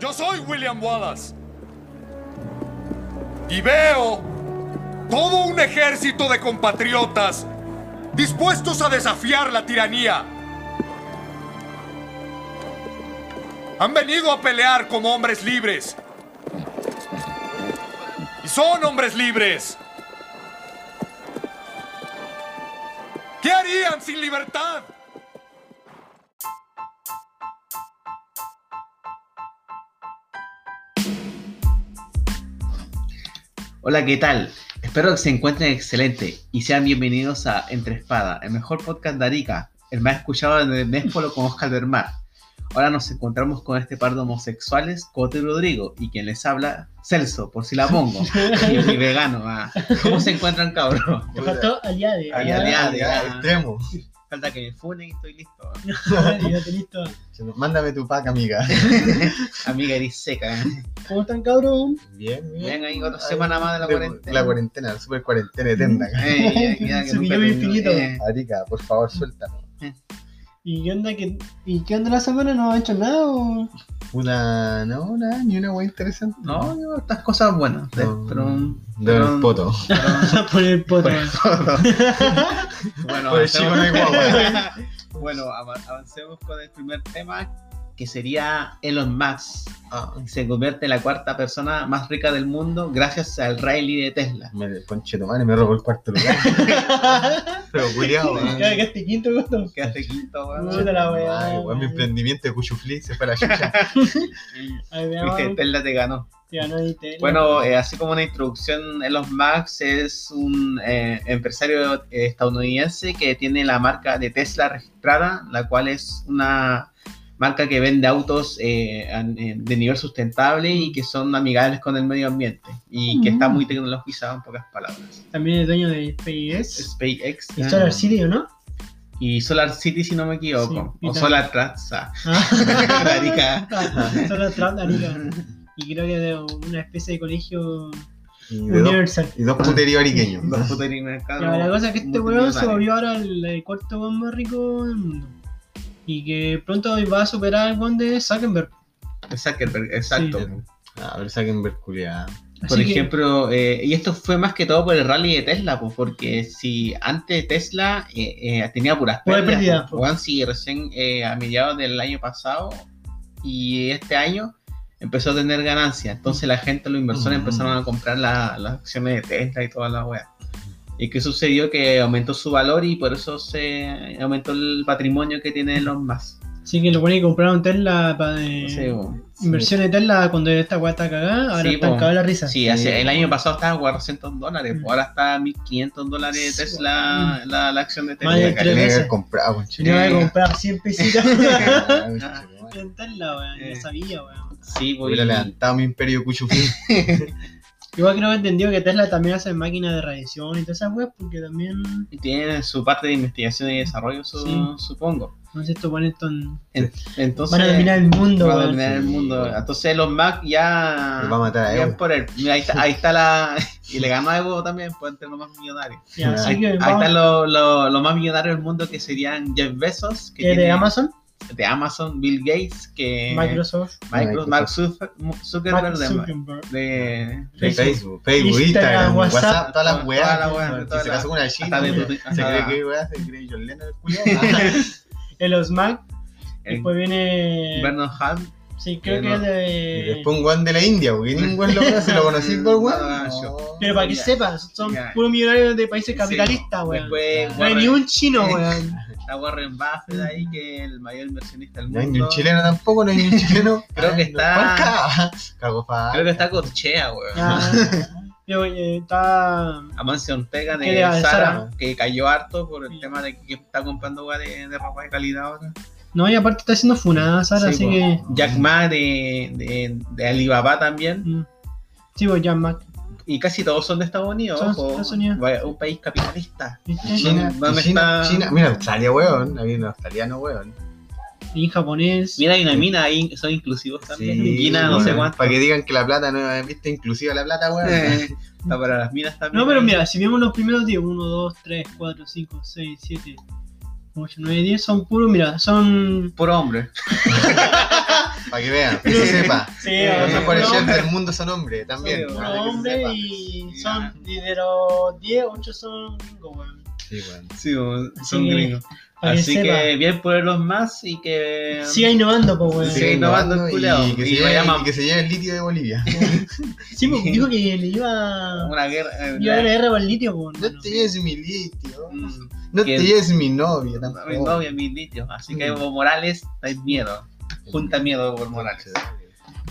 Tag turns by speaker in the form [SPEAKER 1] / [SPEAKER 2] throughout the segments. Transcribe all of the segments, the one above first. [SPEAKER 1] Yo soy William Wallace. Y veo todo un ejército de compatriotas dispuestos a desafiar la tiranía. Han venido a pelear como hombres libres. Y son hombres libres. ¿Qué harían sin libertad?
[SPEAKER 2] Hola, ¿qué tal? Espero que se encuentren excelente y sean bienvenidos a Entre Espada, el mejor podcast de Arica, el más escuchado de Nespolo con Oscar Bermar. Ahora nos encontramos con este par de homosexuales, Cote y Rodrigo, y quien les habla, Celso, por si la pongo, y, y vegano. ah. ¿Cómo se encuentran, cabrón?
[SPEAKER 3] Le faltó Aliade.
[SPEAKER 2] Ay, Aliade.
[SPEAKER 3] Ah,
[SPEAKER 2] ya.
[SPEAKER 4] extremo.
[SPEAKER 2] Falta que me funen y estoy listo. ah.
[SPEAKER 3] ya te listo.
[SPEAKER 4] Se nos- Mándame tu pack, amiga.
[SPEAKER 2] Amiga, eres seca. ¿eh?
[SPEAKER 3] ¿Cómo están, cabrón?
[SPEAKER 4] Bien,
[SPEAKER 2] Ven ahí otra semana más de la cuarentena.
[SPEAKER 4] La cuarentena, la super cuarentena eterna.
[SPEAKER 2] Ey, ya, ya que
[SPEAKER 3] Se
[SPEAKER 2] nunca
[SPEAKER 3] pilló
[SPEAKER 2] terminó.
[SPEAKER 3] infinito.
[SPEAKER 2] Eh,
[SPEAKER 4] Arica, por favor, suéltanos.
[SPEAKER 3] ¿Y qué onda, que, ¿Y qué onda la semana? ¿No ha hecho nada? o?
[SPEAKER 4] Una, no, nada, ni una wea interesante.
[SPEAKER 2] No, no, estas cosas buenas. de-
[SPEAKER 4] No.
[SPEAKER 2] pero-
[SPEAKER 4] De
[SPEAKER 2] pero-
[SPEAKER 4] el poto.
[SPEAKER 2] pero-
[SPEAKER 3] Por el poto.
[SPEAKER 2] Bueno,
[SPEAKER 4] Por el chico no hay guagua.
[SPEAKER 2] Bueno, av- avancemos con el primer tema, que sería Elon Musk. Se convierte en la cuarta persona más rica del mundo gracias al Rally de Tesla.
[SPEAKER 4] Me, conche tu madre, me robó el cuarto lugar.
[SPEAKER 5] Ah,
[SPEAKER 4] Pero culiado,
[SPEAKER 3] Ya quedaste quinto, gordo.
[SPEAKER 2] Que hace quinto, weón.
[SPEAKER 3] Puta la weá, weón.
[SPEAKER 4] Mi emprendimiento de cuchuflí se fue a la chucha.
[SPEAKER 3] Ay,
[SPEAKER 2] Viste,
[SPEAKER 3] veamos.
[SPEAKER 2] Tesla te ganó.
[SPEAKER 3] Te ganó el tenis.
[SPEAKER 2] Bueno, eh, así como una introducción, Elon Musk es un eh, empresario eh, estadounidense que tiene la marca de Tesla registrada, la cual es una marca que vende autos eh, an- eh, de nivel sustentable y que son amigables con el medio ambiente y que
[SPEAKER 3] Mm.
[SPEAKER 2] está muy tecnologizado en pocas palabras.
[SPEAKER 3] También es dueño de SpaceX.
[SPEAKER 2] SpaceX
[SPEAKER 3] Y Solar City, ¿o no?
[SPEAKER 2] y Solar City, si no me equivoco,
[SPEAKER 3] Sí, y
[SPEAKER 2] o
[SPEAKER 3] también-
[SPEAKER 2] Solar Traza.
[SPEAKER 3] Ah. Solar Trump, Arica. Y creo que de una especie de colegio
[SPEAKER 4] Y, de dos,
[SPEAKER 3] universal.
[SPEAKER 4] y dos puteríos ariqueños.
[SPEAKER 3] Ya, la cosa es que este weón se volvió ahora el, el cuarto weón más rico del mundo. Y que pronto va a superar al weón de Zuckerberg.
[SPEAKER 2] Zuckerberg, exacto.
[SPEAKER 3] Sí.
[SPEAKER 4] A ver, Ah, saquen verculeada.
[SPEAKER 2] Por
[SPEAKER 3] Así que-
[SPEAKER 2] ejemplo, eh, y esto fue más que todo por el rally de Tesla, pues, porque si antes Tesla eh, eh, tenía puras
[SPEAKER 3] Pura
[SPEAKER 2] pérdidas,
[SPEAKER 3] pérdida,
[SPEAKER 2] pues, weón, si recién eh, a mediados del año pasado y este año empezó a tener ganancias, entonces la gente, los inversores
[SPEAKER 4] Mm.
[SPEAKER 2] empezaron a comprar la- las acciones de Tesla y todas las weas. ¿Y qué sucedió? Que aumentó su valor y por eso se aumentó el patrimonio que tienen los más.
[SPEAKER 3] Así que los weones que compraron Tesla para
[SPEAKER 2] Entonces, bueno,
[SPEAKER 3] inversión de Tesla cuando esta weá está cagada, ahora
[SPEAKER 2] Sí,
[SPEAKER 3] están
[SPEAKER 2] po.
[SPEAKER 3] cagados la risa.
[SPEAKER 2] Sí, hace, el año pasado estaba a 400 dólares,
[SPEAKER 3] Mm.
[SPEAKER 2] pues ahora está a 1500 dólares de
[SPEAKER 3] Sí,
[SPEAKER 2] Tesla, la, la acción de Tesla.
[SPEAKER 3] Más de
[SPEAKER 2] Acá
[SPEAKER 3] tres
[SPEAKER 2] tiene-
[SPEAKER 4] Tenía que
[SPEAKER 3] veces.
[SPEAKER 4] haber comprado, conche.
[SPEAKER 3] Yo voy a comprar 100 pesitas
[SPEAKER 4] Ah, conche, madre.
[SPEAKER 3] en Tesla, weón. Ya sabía, weón.
[SPEAKER 2] Sí, pues,
[SPEAKER 4] Hubiera
[SPEAKER 2] y-
[SPEAKER 4] levantado mi imperio cuchuflí.
[SPEAKER 3] Igual que no he entendido que Tesla también hace máquinas de radiación y todas esas weas, porque también.
[SPEAKER 2] y tienen su parte de investigación y desarrollo, su-
[SPEAKER 3] Sí.
[SPEAKER 2] supongo.
[SPEAKER 3] No sé, estos weones están-
[SPEAKER 2] En- entonces,
[SPEAKER 3] van a dominar el mundo,
[SPEAKER 2] va a
[SPEAKER 3] weón.
[SPEAKER 2] dominar el
[SPEAKER 4] Sí,
[SPEAKER 2] mundo.
[SPEAKER 4] bueno.
[SPEAKER 2] Entonces los Mac ya...
[SPEAKER 4] Lo va a matar a
[SPEAKER 2] bien
[SPEAKER 4] Evo.
[SPEAKER 2] por él. Mira, ahí, está, ahí está la... Y le ganó a Evo también, pues entre los más millonarios.
[SPEAKER 3] Ya, así que
[SPEAKER 2] Ahí
[SPEAKER 3] vamos-
[SPEAKER 2] están los los- los más millonarios del mundo que serían Jeff Bezos, que eh,
[SPEAKER 3] que eh, de
[SPEAKER 2] tiene-
[SPEAKER 3] Amazon,
[SPEAKER 2] de Amazon, Bill Gates, que...
[SPEAKER 3] Microsoft,
[SPEAKER 2] Microsoft, Mark Zucker- Zuckerberg
[SPEAKER 3] Mark
[SPEAKER 2] de-
[SPEAKER 3] Zuckerberg.
[SPEAKER 2] de
[SPEAKER 4] De Facebook, Facebook,
[SPEAKER 3] Instagram,
[SPEAKER 4] Instagram,
[SPEAKER 3] WhatsApp,
[SPEAKER 4] WhatsApp, todas las
[SPEAKER 2] todas las weas,
[SPEAKER 4] weas. Que
[SPEAKER 2] todas
[SPEAKER 4] se
[SPEAKER 2] las-
[SPEAKER 4] casó con una
[SPEAKER 2] hasta
[SPEAKER 4] china.
[SPEAKER 2] de
[SPEAKER 4] weón.
[SPEAKER 2] tu-
[SPEAKER 4] Se cree
[SPEAKER 2] hasta
[SPEAKER 4] que weá, se cree John Lennon el culiao. Ah,
[SPEAKER 3] Elon Musk,
[SPEAKER 2] el
[SPEAKER 3] después pues viene.
[SPEAKER 2] Bernard Ham
[SPEAKER 3] sí, creo
[SPEAKER 4] eh,
[SPEAKER 3] que
[SPEAKER 4] no. Y
[SPEAKER 3] es de.
[SPEAKER 4] después un weón de la India, porque ningún loco se lo conocí por
[SPEAKER 2] Ah,
[SPEAKER 4] weón.
[SPEAKER 2] yo.
[SPEAKER 3] Pero para que
[SPEAKER 2] Ya.
[SPEAKER 3] sepas, son
[SPEAKER 2] Ya.
[SPEAKER 3] puros millonarios de
[SPEAKER 2] Sí,
[SPEAKER 3] países capitalistas, weón.
[SPEAKER 2] después
[SPEAKER 3] Ah, No hay ni
[SPEAKER 2] Warren,
[SPEAKER 3] un chino, weón.
[SPEAKER 2] está Warren Buffett ahí que es el mayor inversionista del
[SPEAKER 4] No hay ni
[SPEAKER 2] mundo
[SPEAKER 4] un chileno tampoco, no hay ni un chileno.
[SPEAKER 2] Creo que
[SPEAKER 4] Ay, no,
[SPEAKER 2] está-
[SPEAKER 4] Juanca. Cago fa.
[SPEAKER 2] creo que está Corchea weón
[SPEAKER 3] Ya. Pero, eh, está.
[SPEAKER 2] Amancio Ortega
[SPEAKER 3] ¿Qué
[SPEAKER 2] de
[SPEAKER 3] le va de
[SPEAKER 2] Sara,
[SPEAKER 3] Zara?
[SPEAKER 2] que cayó harto por el
[SPEAKER 3] Sí.
[SPEAKER 2] tema de que está comprando weá de, de ropa de calidad ahora
[SPEAKER 3] No, y aparte está haciendo funada, Sara,
[SPEAKER 2] Sí,
[SPEAKER 3] así
[SPEAKER 2] po.
[SPEAKER 3] que.
[SPEAKER 2] Jack Ma de, de, de Alibaba también
[SPEAKER 3] mm. Sí, pues Jan Mac.
[SPEAKER 2] y casi todos son de Estados Unidos,
[SPEAKER 3] Son de
[SPEAKER 2] ojo.
[SPEAKER 3] Estados Unidos.
[SPEAKER 2] Vaya, un país capitalista
[SPEAKER 3] ¿viste?
[SPEAKER 4] China,
[SPEAKER 2] ¿Dónde
[SPEAKER 4] China,
[SPEAKER 2] está?
[SPEAKER 4] China. Mira, Australia, weón. Había un australiano, weón.
[SPEAKER 3] Y japonés.
[SPEAKER 2] mira hay una mina ahí son inclusivos también
[SPEAKER 4] Sí,
[SPEAKER 2] Guina no sé
[SPEAKER 4] weón.
[SPEAKER 2] cuánto
[SPEAKER 4] Para que digan que la plata no es viste inclusiva la plata, weón.
[SPEAKER 2] Eh, está para las minas también
[SPEAKER 3] No, pero mira, si vemos los primeros 10, 1, 2, 3, 4, 5, 6, 7, 8, 9, 10, son puros, mira, son
[SPEAKER 2] Puro hombre.
[SPEAKER 5] Para que vean, que se sepa.
[SPEAKER 3] Sí,
[SPEAKER 5] Los
[SPEAKER 3] eh, no,
[SPEAKER 5] mejores chefs
[SPEAKER 3] hombre,
[SPEAKER 5] del mundo son hombres también. Ah,
[SPEAKER 3] son
[SPEAKER 5] para que se
[SPEAKER 3] hombres
[SPEAKER 5] sepa.
[SPEAKER 3] y
[SPEAKER 5] Sí, ah.
[SPEAKER 3] son, y de los 10, 8 son gringos, weón.
[SPEAKER 5] Sí, bueno.
[SPEAKER 2] Sí, son
[SPEAKER 3] Así que-
[SPEAKER 2] gringos.
[SPEAKER 3] Para que
[SPEAKER 2] Así que,
[SPEAKER 3] sepa.
[SPEAKER 2] bien por los más y que.
[SPEAKER 3] Siga innovando, pues, weón.
[SPEAKER 2] Sí. innovando el culeado.
[SPEAKER 5] y que, se
[SPEAKER 2] Y
[SPEAKER 5] lleve,
[SPEAKER 2] vayamos-
[SPEAKER 5] y que se lleve el litio de Bolivia.
[SPEAKER 3] Sí, pues, dijo que le iba,
[SPEAKER 2] Una guerra. eh,
[SPEAKER 3] iba a dar guerra por el litio, pues.
[SPEAKER 5] No te lleves mi litio.
[SPEAKER 2] Mm,
[SPEAKER 5] No
[SPEAKER 2] ¿Quién?
[SPEAKER 5] te lleves mi novia tampoco.
[SPEAKER 2] Mi novia, mi litio. Así que Evo Morales, hay miedo. Junta miedo Evo Morales.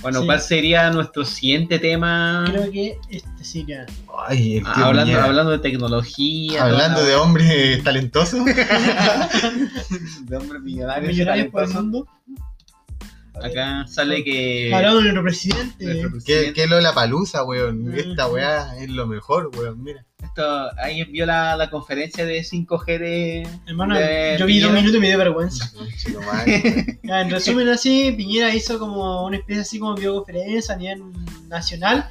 [SPEAKER 2] Bueno,
[SPEAKER 3] Sí.
[SPEAKER 2] ¿cuál sería nuestro siguiente tema?
[SPEAKER 3] Creo que este sí ya.
[SPEAKER 5] Ay, el tío
[SPEAKER 2] Ah, hablando,
[SPEAKER 5] Piñera.
[SPEAKER 2] hablando de tecnología.
[SPEAKER 5] Hablando de hombres talentosos.
[SPEAKER 2] de hombres millonarios.
[SPEAKER 3] Millonarios por el
[SPEAKER 2] talentosos.
[SPEAKER 3] mundo.
[SPEAKER 2] Acá sale que.
[SPEAKER 3] Hablamos de nuestro presidente.
[SPEAKER 2] nuestro
[SPEAKER 5] ¿Qué,
[SPEAKER 2] presidente-
[SPEAKER 5] qué Lola Palusa, weón.
[SPEAKER 3] Mm.
[SPEAKER 5] Esta weá es lo mejor, weón. Mira.
[SPEAKER 2] esto- alguien vio la, la conferencia de 5G de.
[SPEAKER 3] Hermano,
[SPEAKER 2] de
[SPEAKER 3] yo vi dos
[SPEAKER 2] Piñera?
[SPEAKER 3] minutos y me dio vergüenza.
[SPEAKER 5] Chico, madre.
[SPEAKER 3] Ya, en resumen así, Piñera hizo como una especie así como videoconferencia a nivel nacional,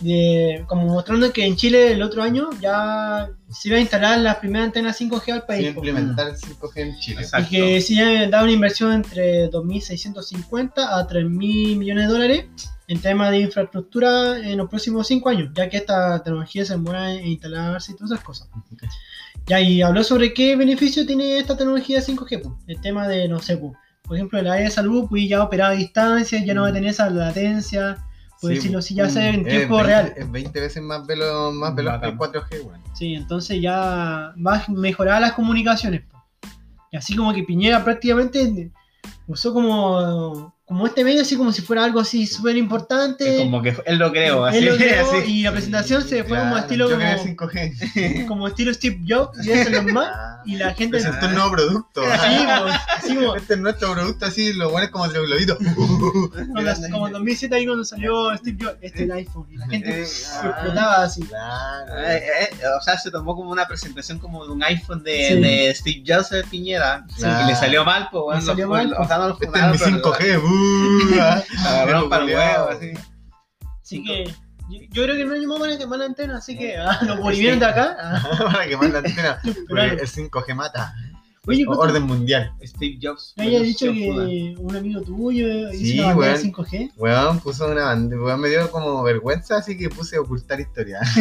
[SPEAKER 3] de- como mostrando que en Chile el otro año ya se iba a instalar la primera antena 5G al
[SPEAKER 5] Sin
[SPEAKER 3] país. po.
[SPEAKER 5] implementar el 5G en Chile.
[SPEAKER 2] Exacto.
[SPEAKER 3] Y que se iba a dar una inversión entre 2.650 a 3.000 millones de dólares en tema de infraestructura en los próximos 5 años, ya que esta tecnología se demora en instalarse y todas esas cosas. Ya, y habló sobre qué beneficio tiene esta tecnología 5G, po. el tema de, no sé, po, por ejemplo, el área de salud, pues ya operar a distancia, ya no va a tener esa latencia, pues
[SPEAKER 5] Sí, mm, eh,
[SPEAKER 3] decirlo así, ya sea en
[SPEAKER 5] Es
[SPEAKER 3] tiempo
[SPEAKER 5] 20
[SPEAKER 3] real.
[SPEAKER 5] Es 20 veces más veloz, más veloz que el
[SPEAKER 2] Bacán.
[SPEAKER 5] 4G, weón.
[SPEAKER 3] Sí, entonces ya va a mejorar las comunicaciones. po. Y así como que Piñera prácticamente usó como, como este medio, así como si fuera algo así súper
[SPEAKER 2] Es
[SPEAKER 3] importante.
[SPEAKER 2] como que él lo creó. Así,
[SPEAKER 3] Él lo creó
[SPEAKER 2] así.
[SPEAKER 3] Y la presentación se fue como
[SPEAKER 5] Claro,
[SPEAKER 3] estilo
[SPEAKER 5] Yo quería
[SPEAKER 3] como,
[SPEAKER 5] 5G.
[SPEAKER 3] como estilo Steve Jobs y eso es lo más.
[SPEAKER 5] Ah,
[SPEAKER 3] Y la gente
[SPEAKER 5] Presentó un nuevo producto.
[SPEAKER 3] así, pues, así como,
[SPEAKER 5] Este es nuestro producto, así lo bueno es como el globito.
[SPEAKER 3] cuando- como en 2007 ahí cuando salió Steve Jobs, este es el iPhone. Y la gente
[SPEAKER 2] Eh,
[SPEAKER 3] se
[SPEAKER 2] ah.
[SPEAKER 3] explotaba así.
[SPEAKER 2] Eh,
[SPEAKER 5] Claro. Este
[SPEAKER 2] eh, o sea, se tomó como una presentación como de un iPhone de,
[SPEAKER 3] Sí.
[SPEAKER 2] de Steve Jobs de Piñera.
[SPEAKER 5] Claro.
[SPEAKER 2] Y le salió mal, pues, bueno,
[SPEAKER 3] Le salió
[SPEAKER 2] lo-
[SPEAKER 3] mal,
[SPEAKER 2] o sea, no lo
[SPEAKER 5] Este es
[SPEAKER 2] funaron,
[SPEAKER 5] mi
[SPEAKER 2] pero-
[SPEAKER 5] 5G. buh, ah.
[SPEAKER 2] lo agarraron para el huevo, así.
[SPEAKER 3] Así que yo, yo creo que no llamó mala, mala antena, así que ah, los bolivianos de acá. ah,
[SPEAKER 5] Para quemar la antena. Porque
[SPEAKER 3] claro.
[SPEAKER 5] el 5G mata.
[SPEAKER 3] Oye, ¿cuánto-
[SPEAKER 5] Orden mundial.
[SPEAKER 2] Steve Jobs. pues.
[SPEAKER 3] Me había
[SPEAKER 2] bueno,
[SPEAKER 3] dicho
[SPEAKER 2] se funa.
[SPEAKER 3] que un amigo tuyo hizo
[SPEAKER 5] eh. Sí,
[SPEAKER 3] una bandera
[SPEAKER 5] weón.
[SPEAKER 3] 5G.
[SPEAKER 5] Weón puso una band- weón me dio como vergüenza, así que puse ocultar historia.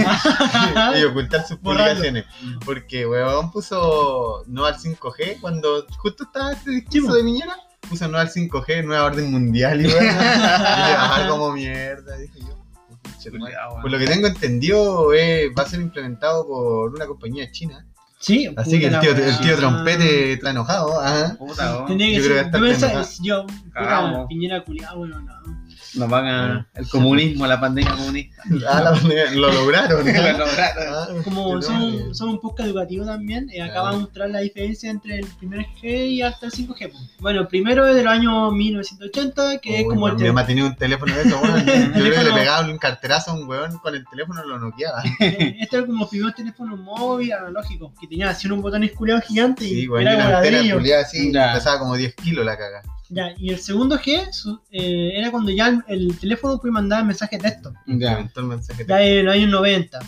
[SPEAKER 5] y ocultar sus
[SPEAKER 3] Borrarlo.
[SPEAKER 5] publicaciones. Porque weón puso no al 5G cuando justo estaba este discurso
[SPEAKER 3] Sí,
[SPEAKER 5] de Miñera. Puso no al 5G, nueva orden mundial y weón. y le bajar como mierda, dije yo.
[SPEAKER 2] Ah, bueno.
[SPEAKER 5] Por lo que tengo entendido, eh, va a ser implementado por una compañía china.
[SPEAKER 3] Sí,
[SPEAKER 5] Así que el
[SPEAKER 3] puta
[SPEAKER 5] tío,
[SPEAKER 3] la
[SPEAKER 5] el tío
[SPEAKER 3] weá.
[SPEAKER 5] trompete está enojado. Ajá.
[SPEAKER 2] Puta, bueno.
[SPEAKER 3] Tenía Ah. que
[SPEAKER 5] Yo
[SPEAKER 3] ser-
[SPEAKER 5] creo que
[SPEAKER 3] yo
[SPEAKER 5] está
[SPEAKER 3] pensaba,
[SPEAKER 5] pendeja.
[SPEAKER 3] yo, puta,
[SPEAKER 2] Cagamos.
[SPEAKER 3] piñera culiada, bueno, no.
[SPEAKER 2] Nos van a. El comunismo, la pandemia comunista.
[SPEAKER 5] Ah, la pandemia, lo lograron.
[SPEAKER 2] Lo
[SPEAKER 5] ¿no?
[SPEAKER 2] lograron.
[SPEAKER 5] Ah,
[SPEAKER 3] Como
[SPEAKER 5] pero,
[SPEAKER 3] son,
[SPEAKER 5] eh,
[SPEAKER 3] son un poco educativo también, eh, acá
[SPEAKER 5] Claro.
[SPEAKER 3] van a mostrar la diferencia entre el primer G y hasta el 5G. pues. Bueno, el primero es del año 1980, que es
[SPEAKER 5] uy,
[SPEAKER 3] como el
[SPEAKER 5] Mi
[SPEAKER 3] te-
[SPEAKER 5] mamá tenía un teléfono de esos, weón. Yo creo que le
[SPEAKER 3] Teléfono.
[SPEAKER 5] pegaba un carterazo a un weón con el teléfono lo noqueaba.
[SPEAKER 3] eh, este era como los primeros teléfonos móviles analógicos, que tenía así un botón esculeado gigante
[SPEAKER 5] Sí,
[SPEAKER 3] y
[SPEAKER 5] weón,
[SPEAKER 3] era
[SPEAKER 5] y
[SPEAKER 3] como
[SPEAKER 5] la antena
[SPEAKER 3] ladrillo.
[SPEAKER 5] culiada así,
[SPEAKER 2] Ya.
[SPEAKER 5] pesaba como 10 kilos la caga.
[SPEAKER 3] Ya, y el segundo G su- eh, era cuando ya el, el teléfono puede mandar mensaje de texto,
[SPEAKER 2] Ya.
[SPEAKER 5] Inventó el mensaje.
[SPEAKER 3] ya en los años 90.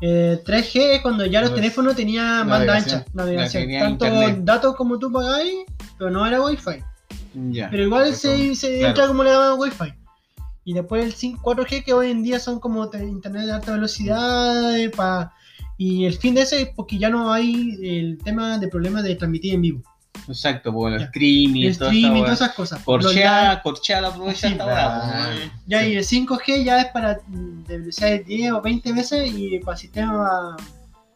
[SPEAKER 3] Eh, 3G es cuando ya los
[SPEAKER 5] Navegación.
[SPEAKER 3] teléfonos tenían banda
[SPEAKER 5] Navegación.
[SPEAKER 3] ancha, navegación,
[SPEAKER 2] tenía
[SPEAKER 3] tanto
[SPEAKER 2] internet.
[SPEAKER 3] datos como tú pagáis, pero no era wifi.
[SPEAKER 2] Ya.
[SPEAKER 3] Pero igual
[SPEAKER 5] Eso,
[SPEAKER 3] se, se
[SPEAKER 5] claro.
[SPEAKER 3] entra como la wifi. Y después el 5, 4G que hoy en día son como te- internet de alta velocidad, eh, pa- y el fin de ese es porque ya no hay el tema de problemas de transmitir en vivo.
[SPEAKER 2] Exacto, por el
[SPEAKER 3] Ya.
[SPEAKER 2] streaming,
[SPEAKER 3] El
[SPEAKER 2] toda
[SPEAKER 3] streaming,
[SPEAKER 2] esta
[SPEAKER 3] todas
[SPEAKER 2] weá.
[SPEAKER 3] esas cosas. Los lag,
[SPEAKER 2] Corchea, corchea la aprovecha pues,
[SPEAKER 3] Sí,
[SPEAKER 2] hasta
[SPEAKER 5] claro.
[SPEAKER 2] ahora.
[SPEAKER 3] Ya, y el 5G ya es para mm, de velocidad de 10 o 20 veces y para sistema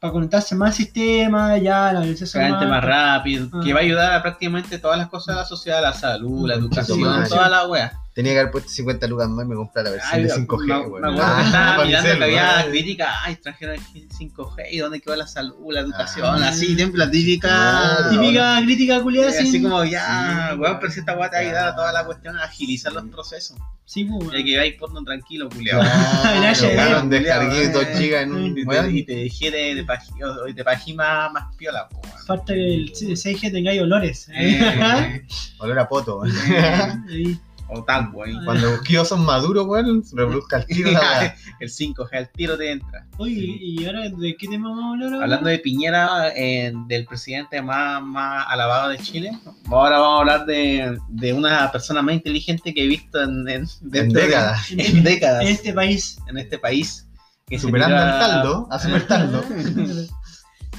[SPEAKER 3] para conectarse más sistemas, ya la velocidad son
[SPEAKER 2] Gente más rápido,
[SPEAKER 3] Ah.
[SPEAKER 2] que va a ayudar a prácticamente todas las cosas de la sociedad, la salud, la
[SPEAKER 5] Mm,
[SPEAKER 2] educación,
[SPEAKER 5] madre.
[SPEAKER 2] toda la wea.
[SPEAKER 5] Tenía que haber puesto 50 lucas más y me compré la versión
[SPEAKER 2] Ay,
[SPEAKER 5] de
[SPEAKER 2] me-
[SPEAKER 5] 5G,
[SPEAKER 2] me
[SPEAKER 5] weón.
[SPEAKER 2] acuerdo que
[SPEAKER 5] Ah,
[SPEAKER 2] estaba
[SPEAKER 5] para mi
[SPEAKER 2] mirando
[SPEAKER 5] celu,
[SPEAKER 2] que había
[SPEAKER 5] weón.
[SPEAKER 2] crítica, ay, trajeron el 5G y dónde quedó la salud, la educación,
[SPEAKER 3] Ah.
[SPEAKER 2] así, siempre la típica.
[SPEAKER 5] Ah,
[SPEAKER 3] Típica crítica
[SPEAKER 2] eh,
[SPEAKER 3] culiada
[SPEAKER 2] Así,
[SPEAKER 3] sin-
[SPEAKER 2] como ya,
[SPEAKER 5] Sí,
[SPEAKER 2] weón, pero si esta weá te va a ayudar a
[SPEAKER 5] claro.
[SPEAKER 2] toda la cuestión a agilizar los procesos.
[SPEAKER 3] Sí, pues,
[SPEAKER 2] Ya que vais porno tranquilo, culiao.
[SPEAKER 5] Ah,
[SPEAKER 3] El HD.
[SPEAKER 5] lograron descargué
[SPEAKER 2] Culiao,
[SPEAKER 5] dos
[SPEAKER 2] eh.
[SPEAKER 5] chicas en un
[SPEAKER 2] Y te-
[SPEAKER 5] weón.
[SPEAKER 2] y te dejé de, de paji- o- o te pají más, más piola, po, weón.
[SPEAKER 3] falta que el 6G tenga ahí olores.
[SPEAKER 2] Eh,
[SPEAKER 5] Olor a poto,
[SPEAKER 2] eh,
[SPEAKER 5] weón.
[SPEAKER 3] Ahí.
[SPEAKER 2] o tan, güey.
[SPEAKER 5] Cuando los kioscos son maduros, weón, se reproduzca al tiro la weá.
[SPEAKER 2] El 5G al tiro te entra.
[SPEAKER 3] Oye, ¿y ahora de qué tema vamos a hablar ahora?
[SPEAKER 2] Hablando de Piñera, eh, del presidente más, más alabado de Chile, ahora vamos a hablar de, de una persona más inteligente que he visto en, en-
[SPEAKER 5] En
[SPEAKER 2] dentro de-
[SPEAKER 5] décadas.
[SPEAKER 2] en décadas
[SPEAKER 3] En este país.
[SPEAKER 2] en este país. Que se
[SPEAKER 5] Superando
[SPEAKER 2] mira-
[SPEAKER 5] al taldo, a super taldo.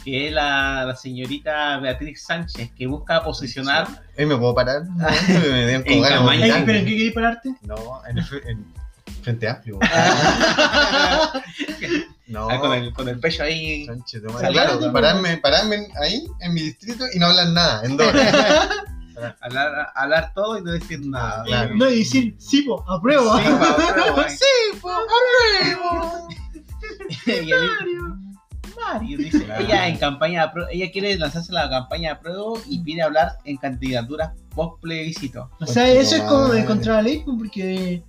[SPEAKER 2] Que es la, la señorita Beatriz Sánchez, que busca posicionar
[SPEAKER 5] Ahí me puedo parar. No, me dieron como
[SPEAKER 2] En
[SPEAKER 5] ganas de
[SPEAKER 2] Camaño.
[SPEAKER 3] Ey,
[SPEAKER 5] vomitar,
[SPEAKER 3] ¿Pero en
[SPEAKER 5] weón.
[SPEAKER 3] qué queréis pararte?
[SPEAKER 5] No, en, el fr- en Frente Amplio. weón. No.
[SPEAKER 2] ah, con, el, con el pecho ahí.
[SPEAKER 5] Conche tu madre.
[SPEAKER 2] Salud,
[SPEAKER 5] Claro,
[SPEAKER 2] amigo.
[SPEAKER 5] pararme, pararme en- ahí en mi distrito y no hablar nada, en dos horas.
[SPEAKER 2] Hablar, hablar todo y no decir nada.
[SPEAKER 5] Claro.
[SPEAKER 3] No, y decir, sí, po, apruebo. pues,
[SPEAKER 2] Sí, pa, pero, güey.
[SPEAKER 3] apruebo.
[SPEAKER 2] Y el- y dice, ella en campaña de apruebo- ella quiere lanzarse la campaña de apruebo y pide hablar en candidaturas post plebiscito.
[SPEAKER 3] O sea, eso es como de contra la ley, pues, porque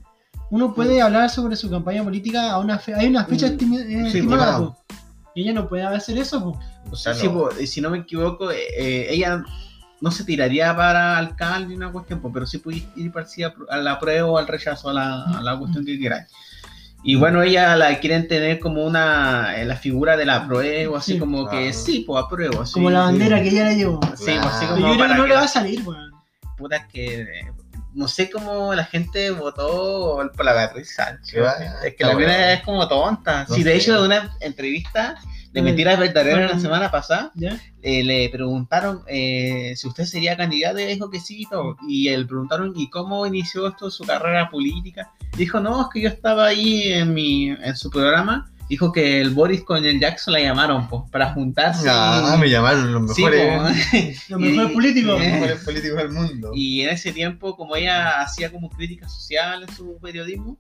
[SPEAKER 3] uno puede hablar sobre su campaña política a una fe- hay una fecha
[SPEAKER 2] Mm.
[SPEAKER 3] estimi- eh,
[SPEAKER 2] Sí,
[SPEAKER 3] estimada,
[SPEAKER 5] bueno.
[SPEAKER 3] pues. y ella no puede hacer eso, pues.
[SPEAKER 5] Claro.
[SPEAKER 2] Sí, po, eh, si no me equivoco, eh, eh, ella no se tiraría para alcalde ni una cuestión, po, pero sí puede ir para sí a, a la prueba o al rechazo a la, a la cuestión que queráis. Y bueno, ella la quieren tener como una eh, la figura de la prueba, así
[SPEAKER 3] Sí.
[SPEAKER 2] como que
[SPEAKER 5] Ah.
[SPEAKER 2] sí, pues apruebo. así.
[SPEAKER 3] como la bandera que ella le llevó.
[SPEAKER 2] Sí, po, así
[SPEAKER 5] Claro.
[SPEAKER 3] Pero
[SPEAKER 2] como
[SPEAKER 3] yo creo
[SPEAKER 2] para
[SPEAKER 3] que no
[SPEAKER 2] que
[SPEAKER 3] le
[SPEAKER 2] la
[SPEAKER 3] va a salir, pues, weón.
[SPEAKER 2] puta que eh, no sé cómo la gente votó por la Beatriz Sánchez.
[SPEAKER 5] Que va-
[SPEAKER 2] Es que la
[SPEAKER 5] está
[SPEAKER 2] mina
[SPEAKER 5] bueno.
[SPEAKER 2] es como tonta.
[SPEAKER 5] No
[SPEAKER 2] si de
[SPEAKER 5] sé.
[SPEAKER 2] hecho, en una entrevista de
[SPEAKER 3] Mm.
[SPEAKER 2] Mentiras Verdaderas la
[SPEAKER 3] Mm.
[SPEAKER 2] semana pasada,
[SPEAKER 3] ¿Ya?
[SPEAKER 2] eh, le preguntaron eh, si usted sería candidato y dijo que sí y todo. Y él preguntaron y cómo inició esto su carrera política. Dijo, no, es que yo estaba ahí en mi en su programa. Dijo que el Boris con el Jackson la llamaron pues, para juntarse.
[SPEAKER 5] Ah,
[SPEAKER 2] y-
[SPEAKER 5] me llamaron los
[SPEAKER 2] Sí,
[SPEAKER 5] mejores,
[SPEAKER 2] pues,
[SPEAKER 3] Los mejores
[SPEAKER 2] y-
[SPEAKER 3] políticos.
[SPEAKER 5] los mejores políticos del mundo.
[SPEAKER 2] Y en ese tiempo, como ella hacía como crítica social en su periodismo,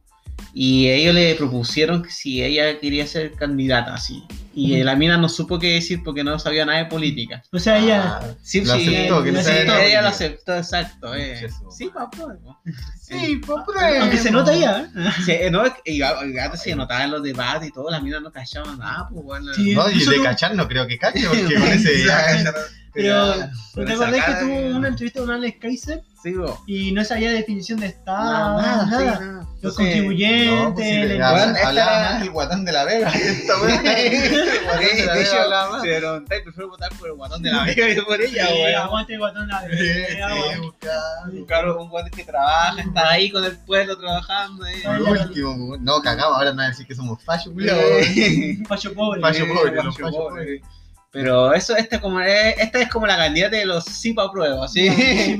[SPEAKER 2] y ellos le propusieron que si ella quería ser candidata, así. Y eh, la mina no supo qué decir porque no sabía nada de política.
[SPEAKER 3] O sea, ella.
[SPEAKER 5] Ah,
[SPEAKER 2] Sí,
[SPEAKER 5] Lo
[SPEAKER 2] sí,
[SPEAKER 5] aceptó,
[SPEAKER 2] eh,
[SPEAKER 5] que no
[SPEAKER 2] sí,
[SPEAKER 5] sabe nada.
[SPEAKER 2] ella lo aceptó, exacto. eh.
[SPEAKER 5] Eso.
[SPEAKER 2] Sí, papá. ¿no?
[SPEAKER 5] sí,
[SPEAKER 3] pues, Aunque se nota ya, ¿eh?
[SPEAKER 2] Sí, eh, no, es que- y a- y antes se notaba en los debates y todo, las minas no callaban nada, pues bueno.
[SPEAKER 3] Sí,
[SPEAKER 5] No, y
[SPEAKER 3] eso
[SPEAKER 5] de
[SPEAKER 3] no-
[SPEAKER 5] cachar no creo que cache, porque con ese ya- ya no-
[SPEAKER 3] Pero,
[SPEAKER 5] ya-
[SPEAKER 2] con
[SPEAKER 3] ¿te
[SPEAKER 2] esa
[SPEAKER 3] acordás
[SPEAKER 2] cara
[SPEAKER 3] que tuvo
[SPEAKER 2] de-
[SPEAKER 3] una entrevista con Alex Kaiser
[SPEAKER 2] Sí, pues,
[SPEAKER 3] y no sabía definición de
[SPEAKER 5] Ah,
[SPEAKER 3] Estado,
[SPEAKER 2] nada,
[SPEAKER 3] nada?
[SPEAKER 2] sí,
[SPEAKER 3] Los
[SPEAKER 2] Entonces,
[SPEAKER 3] contribuyentes,
[SPEAKER 5] No, pues si
[SPEAKER 3] el
[SPEAKER 5] le-
[SPEAKER 2] Bueno,
[SPEAKER 5] habla-
[SPEAKER 2] esta-
[SPEAKER 5] hablaba más el guatán de la Vega. Esta wea. El guatán de la
[SPEAKER 2] De hecho,
[SPEAKER 5] Vega hablaba más.
[SPEAKER 2] se pregunta y prefiero votar por el guatón de la vega que por ella,
[SPEAKER 3] Sí,
[SPEAKER 2] weón.
[SPEAKER 3] aguante guatón la
[SPEAKER 5] Sí, sí,
[SPEAKER 3] aguante.
[SPEAKER 5] buscaba.
[SPEAKER 2] Claro, un guante que trabaja, está ahí con el pueblo trabajando. eh.
[SPEAKER 5] Por último, no cagamos, ahora no van a decir que somos fallos, culiao.
[SPEAKER 2] Eh,
[SPEAKER 3] Pacho pobre.
[SPEAKER 5] Pacho. pobre,
[SPEAKER 2] guacho
[SPEAKER 5] los guachos
[SPEAKER 2] pobre. Pero eso, este, como, es- esta es como la candidata de los sí pa' apruebo, ¿sí?
[SPEAKER 3] Sí,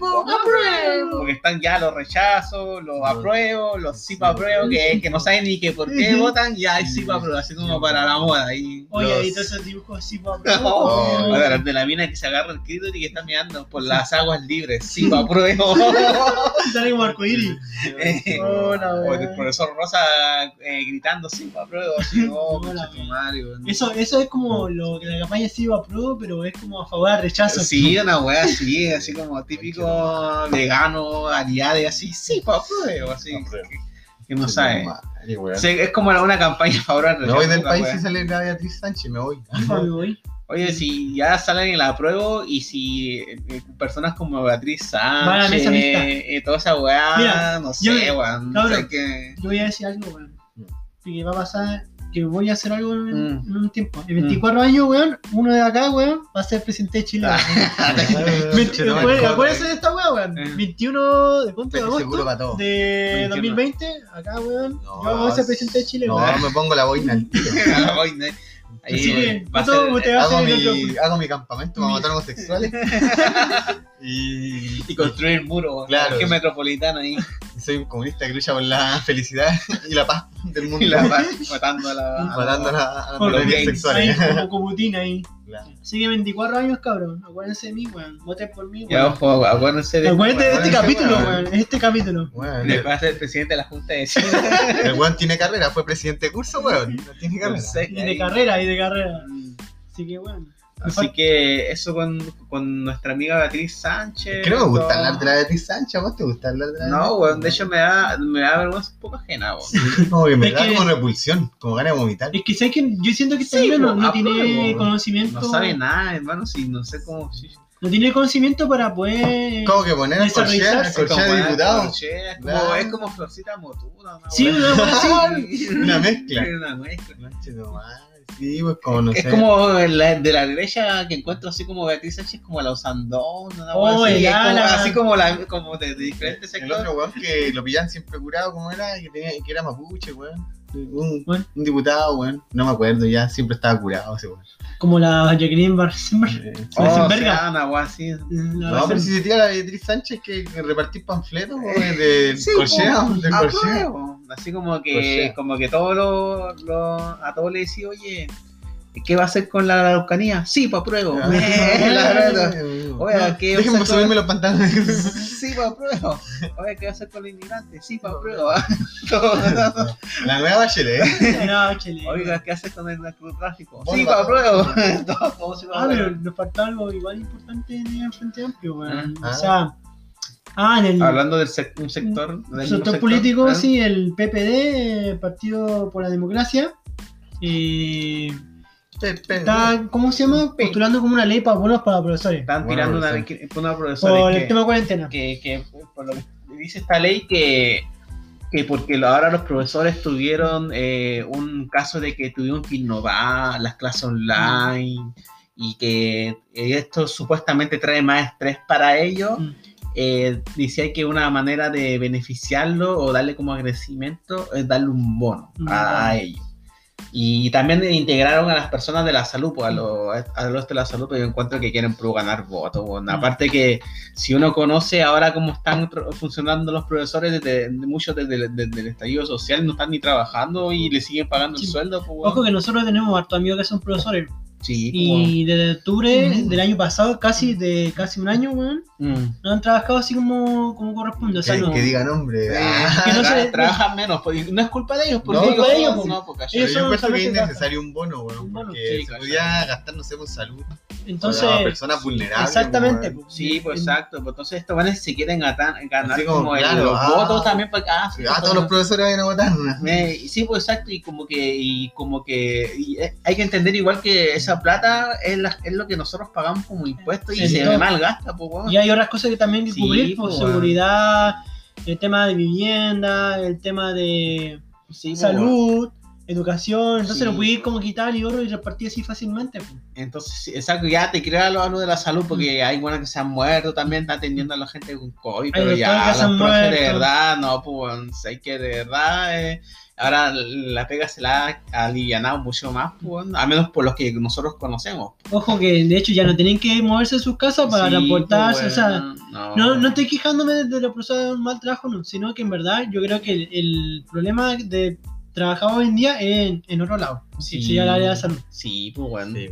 [SPEAKER 3] po, apruebo.
[SPEAKER 2] Porque están ya los rechazos, los
[SPEAKER 5] No.
[SPEAKER 2] apruebos, los sí pa' apruebo, que, que no saben ni que por qué votan, ya hay sí pa' apruebo, así como para la moda. Y
[SPEAKER 3] Oye,
[SPEAKER 2] los-
[SPEAKER 3] ahí todos esos dibujos sí, po,
[SPEAKER 2] No,
[SPEAKER 5] Oh.
[SPEAKER 3] apruebo.
[SPEAKER 2] ahora, de la mina que se agarra el crítico y que está mirando por las aguas libres, sí pa' apruebo.
[SPEAKER 3] Sale como arcoíris.
[SPEAKER 2] Eh,
[SPEAKER 3] Hola,
[SPEAKER 2] O el
[SPEAKER 3] weón.
[SPEAKER 2] profesor Rosa eh, gritando sí pa' apruebo, así, no,
[SPEAKER 3] Hola,
[SPEAKER 2] concha tu madre, weón.
[SPEAKER 3] Eso, eso es como lo que la campaña sí va a prueba, pero es como a favor del rechazo.
[SPEAKER 2] Sí, una wea así, así como típico vegano, aliade, así, sí, pa' apruebo, así.
[SPEAKER 5] Pa' apruebo.
[SPEAKER 2] Que, que no sabe.
[SPEAKER 5] Madre, weón.
[SPEAKER 2] Sí, es como una campaña a favor del
[SPEAKER 5] Me
[SPEAKER 2] rechazo,
[SPEAKER 5] voy del
[SPEAKER 2] la
[SPEAKER 5] país
[SPEAKER 2] wea.
[SPEAKER 5] y sale la Beatriz Sánchez, me voy.
[SPEAKER 3] Me voy.
[SPEAKER 2] Oye, si ya salen en la apruebo y si eh, personas como Beatriz
[SPEAKER 3] a la
[SPEAKER 2] Sánchez
[SPEAKER 3] mesa mixta.
[SPEAKER 2] y toda esa weá,
[SPEAKER 3] Mira,
[SPEAKER 2] no
[SPEAKER 3] yo-
[SPEAKER 2] sé, weón.
[SPEAKER 3] cabrón.
[SPEAKER 2] sé que-
[SPEAKER 3] Yo voy a decir algo, weón. Que va a pasar, que voy a hacer algo en,
[SPEAKER 2] Mm.
[SPEAKER 3] en un tiempo. En 24 años, weón, uno de acá, weón, va a ser presidente de Chile.
[SPEAKER 2] Ah,
[SPEAKER 3] weón. Veinti- weón, Acuérdense de esta weá, weón.
[SPEAKER 2] Eh.
[SPEAKER 3] 21 de punto de
[SPEAKER 5] Seguro
[SPEAKER 3] agosto
[SPEAKER 5] para todo.
[SPEAKER 3] de
[SPEAKER 2] 21.
[SPEAKER 3] 2020, acá, weón,
[SPEAKER 5] No,
[SPEAKER 3] yo voy a ser presidente de Chile,
[SPEAKER 5] No,
[SPEAKER 3] weón.
[SPEAKER 5] me pongo la boina al tiro.
[SPEAKER 2] la vaina. Ahí
[SPEAKER 3] Así que,
[SPEAKER 2] va a
[SPEAKER 3] Pato,
[SPEAKER 2] ser-
[SPEAKER 3] usted va a
[SPEAKER 5] Hago
[SPEAKER 3] ser el otro.
[SPEAKER 5] mi, hago mi campamento para matar homosexuales. Y
[SPEAKER 2] y construir muros,
[SPEAKER 5] Claro.
[SPEAKER 2] claro. que metropolitana ahí,
[SPEAKER 5] soy un comunista que lucha por la felicidad y la paz del mundo.
[SPEAKER 2] y la va matando a la.
[SPEAKER 5] matando a, la, a las
[SPEAKER 3] Por los
[SPEAKER 5] minorías
[SPEAKER 2] gays.
[SPEAKER 5] sexuales.
[SPEAKER 3] Ahí, como Cobutín ahí.
[SPEAKER 5] Claro.
[SPEAKER 3] Así que 24 años, cabrón. Acuérdense de mí, weón. Voten por mí,
[SPEAKER 2] Ya,
[SPEAKER 3] weón.
[SPEAKER 2] ojo, acuérdense de.
[SPEAKER 3] Acuérdense de este
[SPEAKER 5] Acuérdense,
[SPEAKER 3] capítulo,
[SPEAKER 5] weón.
[SPEAKER 3] weón. Este capítulo.
[SPEAKER 5] Bueno,
[SPEAKER 2] Le pasa el presidente de la Junta de Cine.
[SPEAKER 5] el weón tiene carrera, fue presidente de curso, weón. No tiene carrera.
[SPEAKER 3] Y de carrera, y de carrera. Así que, weón.
[SPEAKER 2] Así que eso con, con nuestra amiga Beatriz Sánchez.
[SPEAKER 5] Creo que me gusta hablar de
[SPEAKER 2] Con-
[SPEAKER 5] la Beatriz Sánchez, ¿a vos te gusta hablar de la
[SPEAKER 2] No, weón, de hecho me da, me da vergüenza un poco ajena, weón.
[SPEAKER 5] Sí, como que me
[SPEAKER 3] Es
[SPEAKER 5] da
[SPEAKER 3] que-
[SPEAKER 5] como repulsión, como ganas de vomitar.
[SPEAKER 3] Es que ¿sabes que yo siento que esta
[SPEAKER 2] Sí,
[SPEAKER 3] mina no,
[SPEAKER 2] po,
[SPEAKER 3] no
[SPEAKER 2] apruebo,
[SPEAKER 3] tiene
[SPEAKER 2] po.
[SPEAKER 3] conocimiento.
[SPEAKER 2] No sabe nada, hermano, si no sé cómo.
[SPEAKER 3] no tiene el conocimiento para poder.
[SPEAKER 5] Como que poner a Corchea, a
[SPEAKER 3] Desarrollarse
[SPEAKER 5] Corchea de diputado.
[SPEAKER 2] Es como,
[SPEAKER 5] Claro.
[SPEAKER 2] es como Florcita Motuda. ¿no?
[SPEAKER 3] Sí, una wea así.
[SPEAKER 5] Una mezcla.
[SPEAKER 2] Es una mezcla.
[SPEAKER 5] Conchetumare, Sí, pues como no
[SPEAKER 2] Es
[SPEAKER 5] sé.
[SPEAKER 2] como la- de la derecha que encuentro así como Beatriz Sánchez, como la Osandón, una wea
[SPEAKER 3] Oh,
[SPEAKER 2] así,
[SPEAKER 3] ya,
[SPEAKER 2] como-
[SPEAKER 3] la-
[SPEAKER 2] así como, la, como de, de diferentes
[SPEAKER 5] El
[SPEAKER 2] sectores.
[SPEAKER 5] otro weón que lo pillaban siempre curado, como era, que, tenía, que era mapuche, weón. Un,
[SPEAKER 3] Bueno.
[SPEAKER 5] un diputado, weón. No me acuerdo, ya siempre estaba curado ese weón.
[SPEAKER 3] Como la Jacqueline Barsenberg.
[SPEAKER 5] Eh, sí.
[SPEAKER 2] Oh,
[SPEAKER 3] Sin
[SPEAKER 2] o
[SPEAKER 3] verga.
[SPEAKER 2] sea, una wea así.
[SPEAKER 3] La
[SPEAKER 5] No, pero
[SPEAKER 3] Barsenberg.
[SPEAKER 5] si se tira la Beatriz Sánchez que repartir panfletos, weón, de
[SPEAKER 2] Sí,
[SPEAKER 5] Corchea,
[SPEAKER 2] po,
[SPEAKER 5] de
[SPEAKER 2] a
[SPEAKER 5] Corchea.
[SPEAKER 2] huevo. Así como que,
[SPEAKER 5] Corchea.
[SPEAKER 2] como que todos los, los- a todos le decía, oye, ¿qué va a hacer con la Araucanía? Sí, pa' pruebo.
[SPEAKER 5] Ah,
[SPEAKER 2] Eh, la verdad. Oiga, ¿qué va a hacer
[SPEAKER 5] Déjenme
[SPEAKER 2] con-
[SPEAKER 5] subirme los pantalones.
[SPEAKER 2] Sí, pa' pruebo. Oye, ¿qué va a hacer con los inmigrantes? Sí, pa' pruebo. Todo.
[SPEAKER 5] La nueva Bachelet. ¿eh?
[SPEAKER 3] Era Bachelet.
[SPEAKER 2] Oiga, ¿qué haces con el narcotráfico?
[SPEAKER 5] Volva.
[SPEAKER 2] Sí, para prueba. Todo- todo se va
[SPEAKER 3] Ah,
[SPEAKER 2] a
[SPEAKER 3] pero
[SPEAKER 2] ver.
[SPEAKER 3] nos faltaba algo igual importante en el Frente Amplio, weón.
[SPEAKER 5] Ah.
[SPEAKER 3] O sea. Ah, en el.
[SPEAKER 2] Hablando del sec- un sector. del mismo
[SPEAKER 3] sector, político,
[SPEAKER 2] ¿eh?
[SPEAKER 3] sí, el PPD, eh, Partido por la Democracia, eh, está, ¿cómo se llama?
[SPEAKER 2] Pe-
[SPEAKER 3] Postulando como una ley para bonos para profesores.
[SPEAKER 2] Están
[SPEAKER 5] Buena
[SPEAKER 2] tirando una,
[SPEAKER 5] profesora.
[SPEAKER 2] que- una
[SPEAKER 3] Por
[SPEAKER 2] profesora
[SPEAKER 3] el tema cuarentena.
[SPEAKER 2] que, que por lo que dice esta ley que, que porque lo- ahora los profesores tuvieron eh, un caso de que tuvieron que innovar las clases online y que esto supuestamente trae más estrés para ellos.
[SPEAKER 3] Mm.
[SPEAKER 2] eh, decía que una manera de beneficiarlo o darle como agradecimiento es darle un bono
[SPEAKER 3] Un
[SPEAKER 2] a,
[SPEAKER 3] bono.
[SPEAKER 2] ellos. Y también integraron a las personas de la salud, pues, a, los, a los de la salud, pues, yo encuentro que quieren puro ganar votos. bueno.
[SPEAKER 3] Mm.
[SPEAKER 2] Aparte que si uno conoce ahora cómo están tr- funcionando los profesores, desde, muchos desde, el- desde el estallido social no están ni trabajando y le siguen pagando el
[SPEAKER 3] Sí.
[SPEAKER 2] sueldo. Pues,
[SPEAKER 3] Ojo
[SPEAKER 2] bueno.
[SPEAKER 3] que nosotros tenemos hartos amigos que son profesores.
[SPEAKER 2] Sí, pues,
[SPEAKER 3] Y desde octubre
[SPEAKER 5] Mm.
[SPEAKER 3] del año pasado, casi de casi un año, weón,
[SPEAKER 2] bueno. Mm.
[SPEAKER 3] no han trabajado así como, como corresponde. O sea,
[SPEAKER 5] Que,
[SPEAKER 3] no-
[SPEAKER 5] que diga nombre. Ah,
[SPEAKER 3] Eh, que no se
[SPEAKER 2] Tra-
[SPEAKER 3] le-
[SPEAKER 2] trabajan menos, pues, y no es culpa de ellos, porque
[SPEAKER 5] No,
[SPEAKER 3] culpa de ellos, pues.
[SPEAKER 2] no, porque
[SPEAKER 5] pero
[SPEAKER 3] ellos
[SPEAKER 5] yo
[SPEAKER 3] son
[SPEAKER 5] encuentro que es
[SPEAKER 3] solamente
[SPEAKER 5] innecesario un bono, weón,
[SPEAKER 3] Un bono,
[SPEAKER 5] porque
[SPEAKER 2] sí,
[SPEAKER 5] se
[SPEAKER 2] cachai.
[SPEAKER 5] podía gastar, no sé, con salud.
[SPEAKER 3] Entonces,
[SPEAKER 5] a personas vulnerables.
[SPEAKER 3] exactamente.
[SPEAKER 5] weón.
[SPEAKER 3] pues,
[SPEAKER 2] Sí, pues
[SPEAKER 3] en-
[SPEAKER 2] exacto. Pues, entonces estos vanes se quieren gata- ganar
[SPEAKER 5] Así como,
[SPEAKER 2] como, el-
[SPEAKER 5] claro,
[SPEAKER 2] los
[SPEAKER 5] ah.
[SPEAKER 2] votos también pues, para acá.
[SPEAKER 5] Ah, todos los profesores vayan a votar.
[SPEAKER 2] sí, pues exacto, y como que, y como que y, eh, hay que entender igual que esa plata es, la- es lo que nosotros pagamos como impuestos y
[SPEAKER 3] Sí,
[SPEAKER 2] se
[SPEAKER 3] todo.
[SPEAKER 2] me malgasta, pues weón.
[SPEAKER 3] Y hay otras cosas que también hay que
[SPEAKER 2] Sí,
[SPEAKER 3] cubrir, por
[SPEAKER 2] pues, weón.
[SPEAKER 3] seguridad, el tema de vivienda, el tema de
[SPEAKER 2] Sí, pues, weón.
[SPEAKER 3] salud, educación, entonces
[SPEAKER 2] Sí. pues.
[SPEAKER 3] lo puedes como quitar y oro y repartir así fácilmente. pues.
[SPEAKER 2] Entonces, sí, exacto, ya te creo a lo, a lo de la salud, porque hay buenas que se han muerto también, está atendiendo a la gente con COVID,
[SPEAKER 3] Hay
[SPEAKER 2] pero
[SPEAKER 3] doctores
[SPEAKER 2] ya,
[SPEAKER 3] que
[SPEAKER 2] los
[SPEAKER 3] se han
[SPEAKER 2] profes de
[SPEAKER 3] muerto.
[SPEAKER 2] verdad, no, pues, weón, sé que de verdad, eh, ahora la pega se la ha alivianado mucho más, pues, weón, al menos por los que nosotros conocemos.
[SPEAKER 3] Ojo que de hecho ya no tienen que moverse de sus casas para
[SPEAKER 2] Sí,
[SPEAKER 3] transportarse,
[SPEAKER 2] pues,
[SPEAKER 3] o sea,
[SPEAKER 2] weón, no,
[SPEAKER 3] no, no estoy quejándome de, de los profesores de un mal trabajo, no, sino que en verdad yo creo que el, el problema de trabajar hoy en día es en, en otro lado, si
[SPEAKER 2] Sí.
[SPEAKER 3] si llega al área de salud.
[SPEAKER 2] Sí, pues, weón.
[SPEAKER 5] Sí.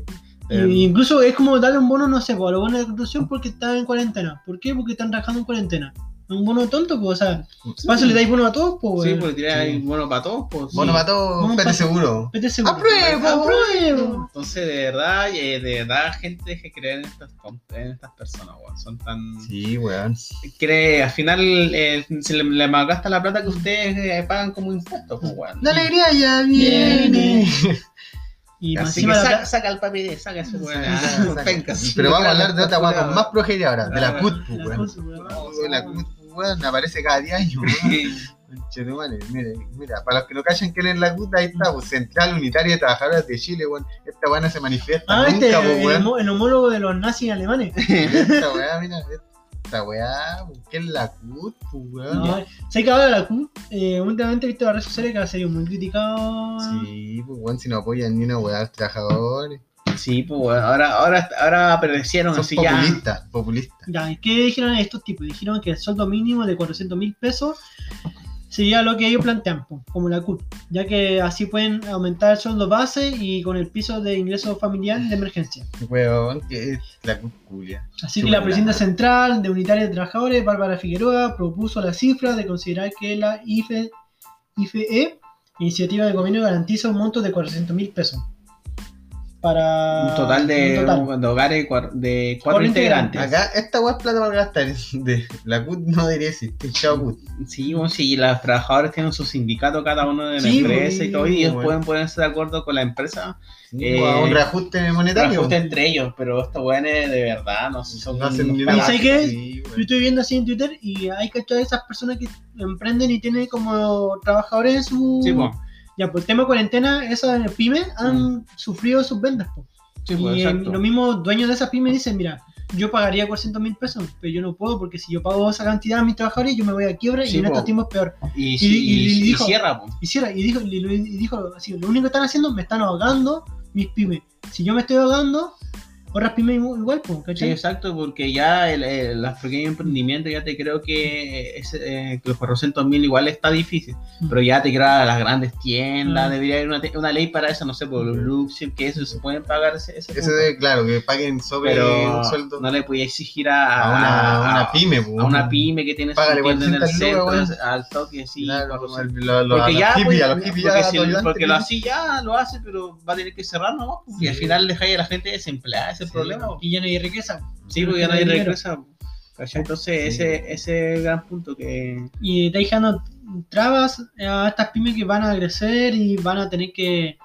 [SPEAKER 2] Eh,
[SPEAKER 3] Y- incluso es como darle un bono, no sé, pues, a los buenos de construcción porque están en cuarentena. ¿Por qué? Porque están trabajando en cuarentena. Un bono tonto, pues, o sea, para eso le dais bono a todos, pues,
[SPEAKER 2] sí,
[SPEAKER 3] weón.
[SPEAKER 2] pues, tirar ahí, bueno, para todos, pues.
[SPEAKER 5] Bono
[SPEAKER 2] sí.
[SPEAKER 5] para todos,
[SPEAKER 3] Bono
[SPEAKER 5] pete
[SPEAKER 3] pa-
[SPEAKER 5] seguro.
[SPEAKER 3] Vete seguro.
[SPEAKER 5] ¡Apruebo!
[SPEAKER 3] ¡Apruebo!
[SPEAKER 2] Entonces, de verdad, eh, de verdad, gente que cree en estas, en estas personas, weón, son tan...
[SPEAKER 5] Sí, weón.
[SPEAKER 2] cree, al final eh, se le, le malgasta la plata que ustedes eh, pagan como impuestos, pues, weón.
[SPEAKER 5] La alegría ya
[SPEAKER 3] viene.
[SPEAKER 5] viene.
[SPEAKER 3] Y más
[SPEAKER 2] Así que
[SPEAKER 3] encima la
[SPEAKER 2] saca,
[SPEAKER 3] plata-
[SPEAKER 2] saca el papi de, saca ese weón.
[SPEAKER 5] Saca,
[SPEAKER 2] Ah,
[SPEAKER 5] saca.
[SPEAKER 2] pencas.
[SPEAKER 5] Pero vamos a hablar de otra weón con más progeria ahora, de
[SPEAKER 2] Ah,
[SPEAKER 5] la CUTPU,
[SPEAKER 3] la
[SPEAKER 5] weón.
[SPEAKER 3] cosa, weón.
[SPEAKER 5] Oh, La CUTPU, weón, aparece cada 10 años, weón. Conchetumare, mire, mira, para los que no callan que leer la CUT, ahí está, pues, Central Unitaria de Trabajadoras de Chile, weón. Esta weá no se manifiesta
[SPEAKER 3] Ah,
[SPEAKER 5] nunca,
[SPEAKER 3] este,
[SPEAKER 5] pues,
[SPEAKER 3] el,
[SPEAKER 5] weón.
[SPEAKER 3] homo- el homólogo de los nazis alemanes.
[SPEAKER 5] Esta weá, mira, esta weá, pues, ¿qué es la CUT, pues, weón?
[SPEAKER 3] No, Ah, sé que ahora la Q, eh, últimamente he visto las redes sociales que ha sido muy criticado.
[SPEAKER 5] Sí, pues, weón, si no apoyan ni una weá a los trabajadores.
[SPEAKER 2] Sí, pues, weón. Ahora, ahora, ahora aparecieron
[SPEAKER 5] Son
[SPEAKER 2] así ya.
[SPEAKER 5] populistas, populistas.
[SPEAKER 3] Ya, ¿y ¿qué dijeron estos tipos? Dijeron que el sueldo mínimo de 400 mil pesos sería lo que ellos plantean, po, como la CUT, ya que así pueden aumentar el sueldo base y con el piso de ingreso familiar de emergencia.
[SPEAKER 5] Weón, que es la CUT, culia.
[SPEAKER 3] Así
[SPEAKER 5] Sí,
[SPEAKER 3] que la
[SPEAKER 5] verdad.
[SPEAKER 3] presidenta central de Unitaria de Trabajadores, Bárbara Figueroa, propuso la cifra de considerar que la IFE, IFE Iniciativa de Gobierno, garantiza un monto de 400 mil pesos. para.
[SPEAKER 2] Un total de,
[SPEAKER 3] un total.
[SPEAKER 2] de hogares cuar- de cuatro
[SPEAKER 3] Por
[SPEAKER 2] integrantes.
[SPEAKER 5] Acá, esta weá es plata para gastar. De, la CUT no debería existir. Chao, CUT.
[SPEAKER 2] Sí, bueno, sí, los trabajadores tienen su sindicato cada uno de la
[SPEAKER 3] Sí,
[SPEAKER 2] empresa y todo, y ellos
[SPEAKER 5] bueno.
[SPEAKER 2] pueden ponerse de acuerdo con la empresa. Eh,
[SPEAKER 5] O pues, a un reajuste monetario.
[SPEAKER 2] Ajuste entre ellos, pero estos weones de verdad no son
[SPEAKER 5] No hacen ni
[SPEAKER 2] para-
[SPEAKER 5] una-
[SPEAKER 3] ¿Y sabes qué?
[SPEAKER 5] Sí, weón.
[SPEAKER 3] Yo estoy viendo así en Twitter y hay que de esas personas que emprenden y tienen como trabajadores en su.
[SPEAKER 2] Sí, po. Mm.
[SPEAKER 3] Ya, por el tema de cuarentena, esas pymes han sufrido sus ventas. po.
[SPEAKER 2] Sí, po,
[SPEAKER 3] y eh,
[SPEAKER 2] exacto.
[SPEAKER 3] los mismos dueños de esas pymes dicen: Mira, yo pagaría 400 mil pesos, pero yo no puedo porque si yo pago esa cantidad a mis trabajadores, yo me voy a quiebra y
[SPEAKER 2] Sí,
[SPEAKER 3] en
[SPEAKER 2] po.
[SPEAKER 3] estos tiempos es peor.
[SPEAKER 2] Y,
[SPEAKER 3] y- y-
[SPEAKER 2] y-
[SPEAKER 3] y
[SPEAKER 2] y
[SPEAKER 3] dijo-
[SPEAKER 2] cierra, po.
[SPEAKER 3] Y cierra, y dijo, y lo- y dijo así: Lo único que están haciendo me están ahogando mis pymes. Si yo me estoy ahogando, otras pymes igual, po,
[SPEAKER 2] Sí,
[SPEAKER 3] ¿cachai?
[SPEAKER 2] exacto, porque ya el, el- los pequeños emprendimientos ya te creo que ese, eh, que los 400 mil igual está difícil,
[SPEAKER 3] Mm.
[SPEAKER 2] pero ya te creo a las grandes tiendas,
[SPEAKER 3] Mm.
[SPEAKER 2] debería haber una, te- una ley para eso, no sé, por los Luxem, que eso se pueden pagar ese, ese
[SPEAKER 5] Eso
[SPEAKER 2] punto.
[SPEAKER 5] debe, claro, que paguen sobre
[SPEAKER 2] pero
[SPEAKER 5] un sueldo
[SPEAKER 2] no le podía exigir a,
[SPEAKER 5] a, una, a una pyme. po.
[SPEAKER 2] a una pyme que tiene
[SPEAKER 5] Págale
[SPEAKER 2] su tienda en el
[SPEAKER 5] 400
[SPEAKER 2] centro,
[SPEAKER 5] lucas,
[SPEAKER 2] al toque, sí,
[SPEAKER 5] Claro,
[SPEAKER 2] cuando
[SPEAKER 5] como
[SPEAKER 2] se-
[SPEAKER 5] el- lo- lo- a
[SPEAKER 2] porque
[SPEAKER 5] los
[SPEAKER 2] ya,
[SPEAKER 5] hippies,
[SPEAKER 2] pues,
[SPEAKER 5] a los hippies ya
[SPEAKER 2] porque, si-
[SPEAKER 5] adelante,
[SPEAKER 2] porque lo
[SPEAKER 5] ¿no?
[SPEAKER 2] así ya lo hace, pero va a tener que cerrar nomás, pues, y al
[SPEAKER 5] Sí.
[SPEAKER 2] final deja a la gente desempleada, ese
[SPEAKER 5] Sí.
[SPEAKER 2] problema. pues.
[SPEAKER 3] Y ya no hay riqueza.
[SPEAKER 2] Sí, porque ya nadie regresa. ¿cachai? Entonces,
[SPEAKER 5] Sí.
[SPEAKER 2] ese ese es el gran punto que.
[SPEAKER 3] y está dejando trabas a estas pymes que van a crecer y van a tener que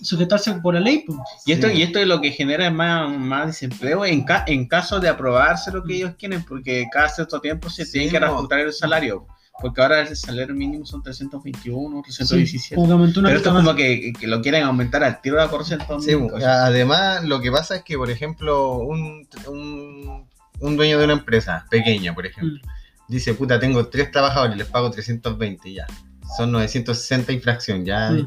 [SPEAKER 3] sujetarse por la ley. po.
[SPEAKER 2] Y esto,
[SPEAKER 5] Sí.
[SPEAKER 2] y esto es lo que genera más, más desempleo en, ca- en caso de aprobarse lo que ellos quieren, porque cada cierto tiempo se
[SPEAKER 5] Mm. Sí,
[SPEAKER 2] tiene que
[SPEAKER 5] mo.
[SPEAKER 2] reajustar el salario. Porque ahora el salario mínimo son 321,
[SPEAKER 3] Sí,
[SPEAKER 2] 317.
[SPEAKER 3] como que aumentó una
[SPEAKER 2] Pero esto es
[SPEAKER 3] cosa
[SPEAKER 2] como
[SPEAKER 3] más.
[SPEAKER 2] que, que lo quieren aumentar al tiro de 400.
[SPEAKER 5] Sí, po. además, lo que pasa es que, por ejemplo, un, un, un dueño de una empresa pequeña, por ejemplo,
[SPEAKER 3] Mm.
[SPEAKER 5] dice, puta, tengo tres trabajadores, les pago 320 ya. Son 960 infracción ya.
[SPEAKER 3] Mm.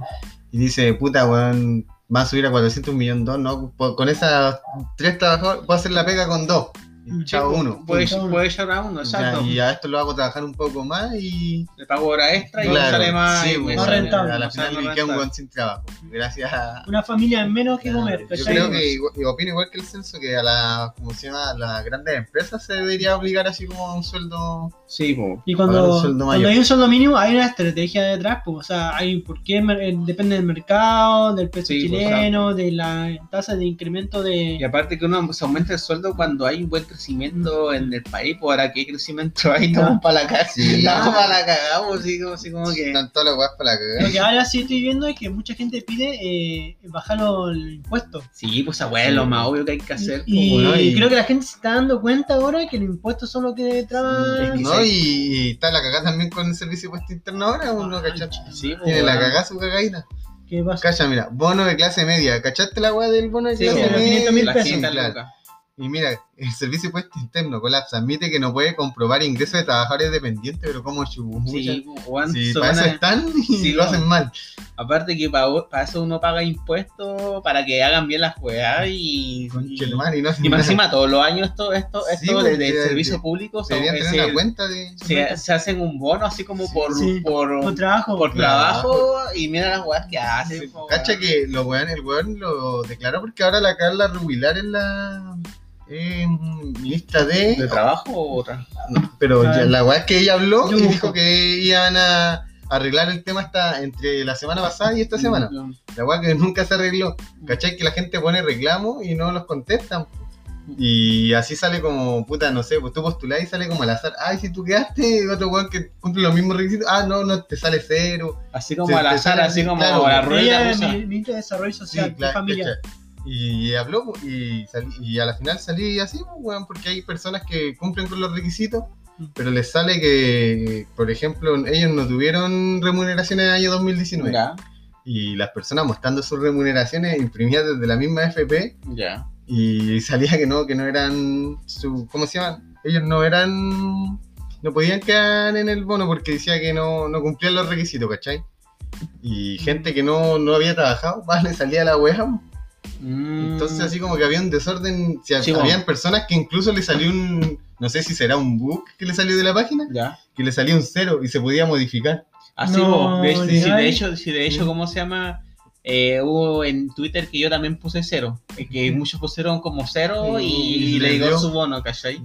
[SPEAKER 5] Y dice, puta, weón, va a subir a 400 millones dos, ¿no? Po- Con esas tres trabajadores, puedo hacer la pega con dos. Y
[SPEAKER 3] Mm.
[SPEAKER 5] Chao,
[SPEAKER 2] pues,
[SPEAKER 5] uno.
[SPEAKER 2] Puede,
[SPEAKER 3] Punto.
[SPEAKER 2] puede llegar a uno, exacto.
[SPEAKER 5] Ya, y a esto lo hago trabajar un poco más y...
[SPEAKER 2] Le pago hora extra y
[SPEAKER 5] Claro,
[SPEAKER 2] sale más.
[SPEAKER 5] sí,
[SPEAKER 2] y me
[SPEAKER 5] pues,
[SPEAKER 3] más
[SPEAKER 2] sale-
[SPEAKER 3] rentable.
[SPEAKER 5] A la
[SPEAKER 2] me sale
[SPEAKER 5] final
[SPEAKER 2] más
[SPEAKER 5] me queda un
[SPEAKER 2] rentable.
[SPEAKER 5] weón sin trabajo. Gracias a,
[SPEAKER 3] Una familia en menos que
[SPEAKER 5] Claro,
[SPEAKER 3] comer.
[SPEAKER 5] Yo
[SPEAKER 3] ¿cachai?
[SPEAKER 5] creo que, igual- y opino igual que el censo, que a la, como se llama, a las grandes empresas se debería obligar así como a un sueldo.
[SPEAKER 2] Sí, po.
[SPEAKER 3] Y
[SPEAKER 5] Ahora
[SPEAKER 3] cuando,
[SPEAKER 5] un sueldo
[SPEAKER 3] cuando
[SPEAKER 5] mayor.
[SPEAKER 3] hay un sueldo mínimo, hay una estrategia detrás. po. O sea, hay por qué mer- eh, depende del mercado, del peso
[SPEAKER 2] Sí, pues,
[SPEAKER 3] chileno, de la tasa de incremento
[SPEAKER 2] Y
[SPEAKER 3] de.
[SPEAKER 2] aparte que uno se aumenta el sueldo cuando hay un buen crecimiento en el país, pues ahora que hay crecimiento ahí estamos para la casa,
[SPEAKER 5] Sí.
[SPEAKER 2] estamos para la cagamos, así como, así como que...
[SPEAKER 5] Están todas las weas para la cagada.
[SPEAKER 3] Lo que ahora sí estoy viendo es que mucha gente pide eh, bajar los impuestos.
[SPEAKER 2] Sí, pues abuelo,
[SPEAKER 5] Sí.
[SPEAKER 2] más obvio que hay que hacer.
[SPEAKER 3] Y,
[SPEAKER 2] pues,
[SPEAKER 5] ¿no? Y-
[SPEAKER 3] creo que la gente se está dando cuenta ahora que los impuestos son los que traban.
[SPEAKER 2] Es que
[SPEAKER 5] ¿No?
[SPEAKER 2] sí.
[SPEAKER 5] Y, y está la cagada también con el servicio de puesto interno ahora, uno, ¿cachai?
[SPEAKER 2] sí, pues,
[SPEAKER 5] Tiene la
[SPEAKER 2] bueno.
[SPEAKER 5] cagada su cagadita.
[SPEAKER 3] ¿Qué pasa?
[SPEAKER 5] Cacha, mira, bono de clase media. ¿Cachaste la wea del bono de
[SPEAKER 2] Sí,
[SPEAKER 5] clase
[SPEAKER 2] pues,
[SPEAKER 3] los
[SPEAKER 5] media?
[SPEAKER 3] 500 mil
[SPEAKER 2] la
[SPEAKER 3] pesos.
[SPEAKER 2] gente
[SPEAKER 5] Claro.
[SPEAKER 2] loca.
[SPEAKER 5] Y mira, el servicio de puesto interno colapsa. Admite que no puede comprobar ingresos de trabajadores dependientes, pero como chubucha.
[SPEAKER 2] Sí,
[SPEAKER 5] Sí,
[SPEAKER 2] pues, weón, se
[SPEAKER 5] para
[SPEAKER 2] van
[SPEAKER 5] eso
[SPEAKER 2] a-
[SPEAKER 5] están y
[SPEAKER 2] Sí,
[SPEAKER 5] lo hacen
[SPEAKER 2] no.
[SPEAKER 5] mal.
[SPEAKER 2] Aparte que para, eso uno paga impuestos para que hagan bien las juegas y...
[SPEAKER 5] Conche
[SPEAKER 2] y-
[SPEAKER 5] tu madre, y no hacen
[SPEAKER 2] Y más
[SPEAKER 5] nada.
[SPEAKER 2] encima, todos los años esto, esto,
[SPEAKER 5] Sí,
[SPEAKER 2] esto
[SPEAKER 5] porque
[SPEAKER 2] de, de
[SPEAKER 5] de-
[SPEAKER 2] servicio público son-
[SPEAKER 5] Deberían tener
[SPEAKER 2] se-
[SPEAKER 5] una cuenta de.
[SPEAKER 2] se, se hacen un bono así como
[SPEAKER 5] Sí,
[SPEAKER 2] por,
[SPEAKER 3] sí.
[SPEAKER 2] por,
[SPEAKER 3] Por trabajo.
[SPEAKER 2] por
[SPEAKER 5] Claro.
[SPEAKER 2] trabajo y mira las weas que hacen.
[SPEAKER 5] Sí,
[SPEAKER 2] po,
[SPEAKER 5] Cacha
[SPEAKER 2] weón.
[SPEAKER 5] que lo weón, el weón lo declaró porque ahora la Carla Rubilar es la eh, ministra de.
[SPEAKER 2] ¿De trabajo o otra?
[SPEAKER 5] No, pero
[SPEAKER 3] Ah.
[SPEAKER 5] ya la weá es que ella habló
[SPEAKER 3] Yo
[SPEAKER 5] y
[SPEAKER 3] busco.
[SPEAKER 5] dijo que iban a arreglar el tema hasta entre la semana pasada y
[SPEAKER 3] Mm.
[SPEAKER 5] esta semana. La weá que nunca se arregló. ¿Cachai? Que la gente pone reclamos y no los contestan. Y así sale como, puta, no sé, pues tú postulás y sale como al azar. Ay, si tú quedaste, otro weón que cumple los mismos requisitos. Ah, no, no, te sale cero.
[SPEAKER 2] Así como
[SPEAKER 5] Sí,
[SPEAKER 2] al
[SPEAKER 5] te
[SPEAKER 2] azar,
[SPEAKER 5] salen-
[SPEAKER 2] así como
[SPEAKER 5] claro,
[SPEAKER 2] a la
[SPEAKER 5] porque
[SPEAKER 2] rueda
[SPEAKER 3] Ella es
[SPEAKER 2] rusa.
[SPEAKER 3] mi- ministra de Desarrollo
[SPEAKER 5] Sí,
[SPEAKER 3] Social, de
[SPEAKER 5] claro, este,
[SPEAKER 3] familia.
[SPEAKER 5] cacha. Y habló pues, y, salí- y a la final salí así, pues, weón, porque hay personas que cumplen con los requisitos,
[SPEAKER 3] Mm.
[SPEAKER 5] pero les sale que, por ejemplo, ellos no tuvieron remuneraciones en el año 2019.
[SPEAKER 2] Ya,
[SPEAKER 5] Y las personas mostrando sus remuneraciones imprimidas desde la misma FP
[SPEAKER 2] ya.
[SPEAKER 5] y salía que no, que no eran su, ¿cómo se llaman? Ellos no eran, no podían quedar en el bono porque decía que no, no cumplían los requisitos, ¿cachai? Y gente que no, no había trabajado, más le salía la weá,
[SPEAKER 2] Mm.
[SPEAKER 5] entonces así como que había un desorden, si
[SPEAKER 2] Sí,
[SPEAKER 5] habían
[SPEAKER 2] bueno.
[SPEAKER 5] personas que incluso le salió un, no sé si será un bug que le salió de la página,
[SPEAKER 2] Ya.
[SPEAKER 5] que le salió un cero y se podía modificar.
[SPEAKER 2] Así
[SPEAKER 3] No,
[SPEAKER 2] como, de, si-
[SPEAKER 3] ni
[SPEAKER 2] si de
[SPEAKER 3] hay.
[SPEAKER 2] hecho, si de hecho, ¿cómo se llama? Eh, hubo en Twitter que yo también puse cero. eh, Que muchos pusieron como cero
[SPEAKER 5] Mm,
[SPEAKER 2] y,
[SPEAKER 5] y
[SPEAKER 2] le
[SPEAKER 5] les
[SPEAKER 2] llegó
[SPEAKER 5] dio.
[SPEAKER 2] su bono, ¿cachai?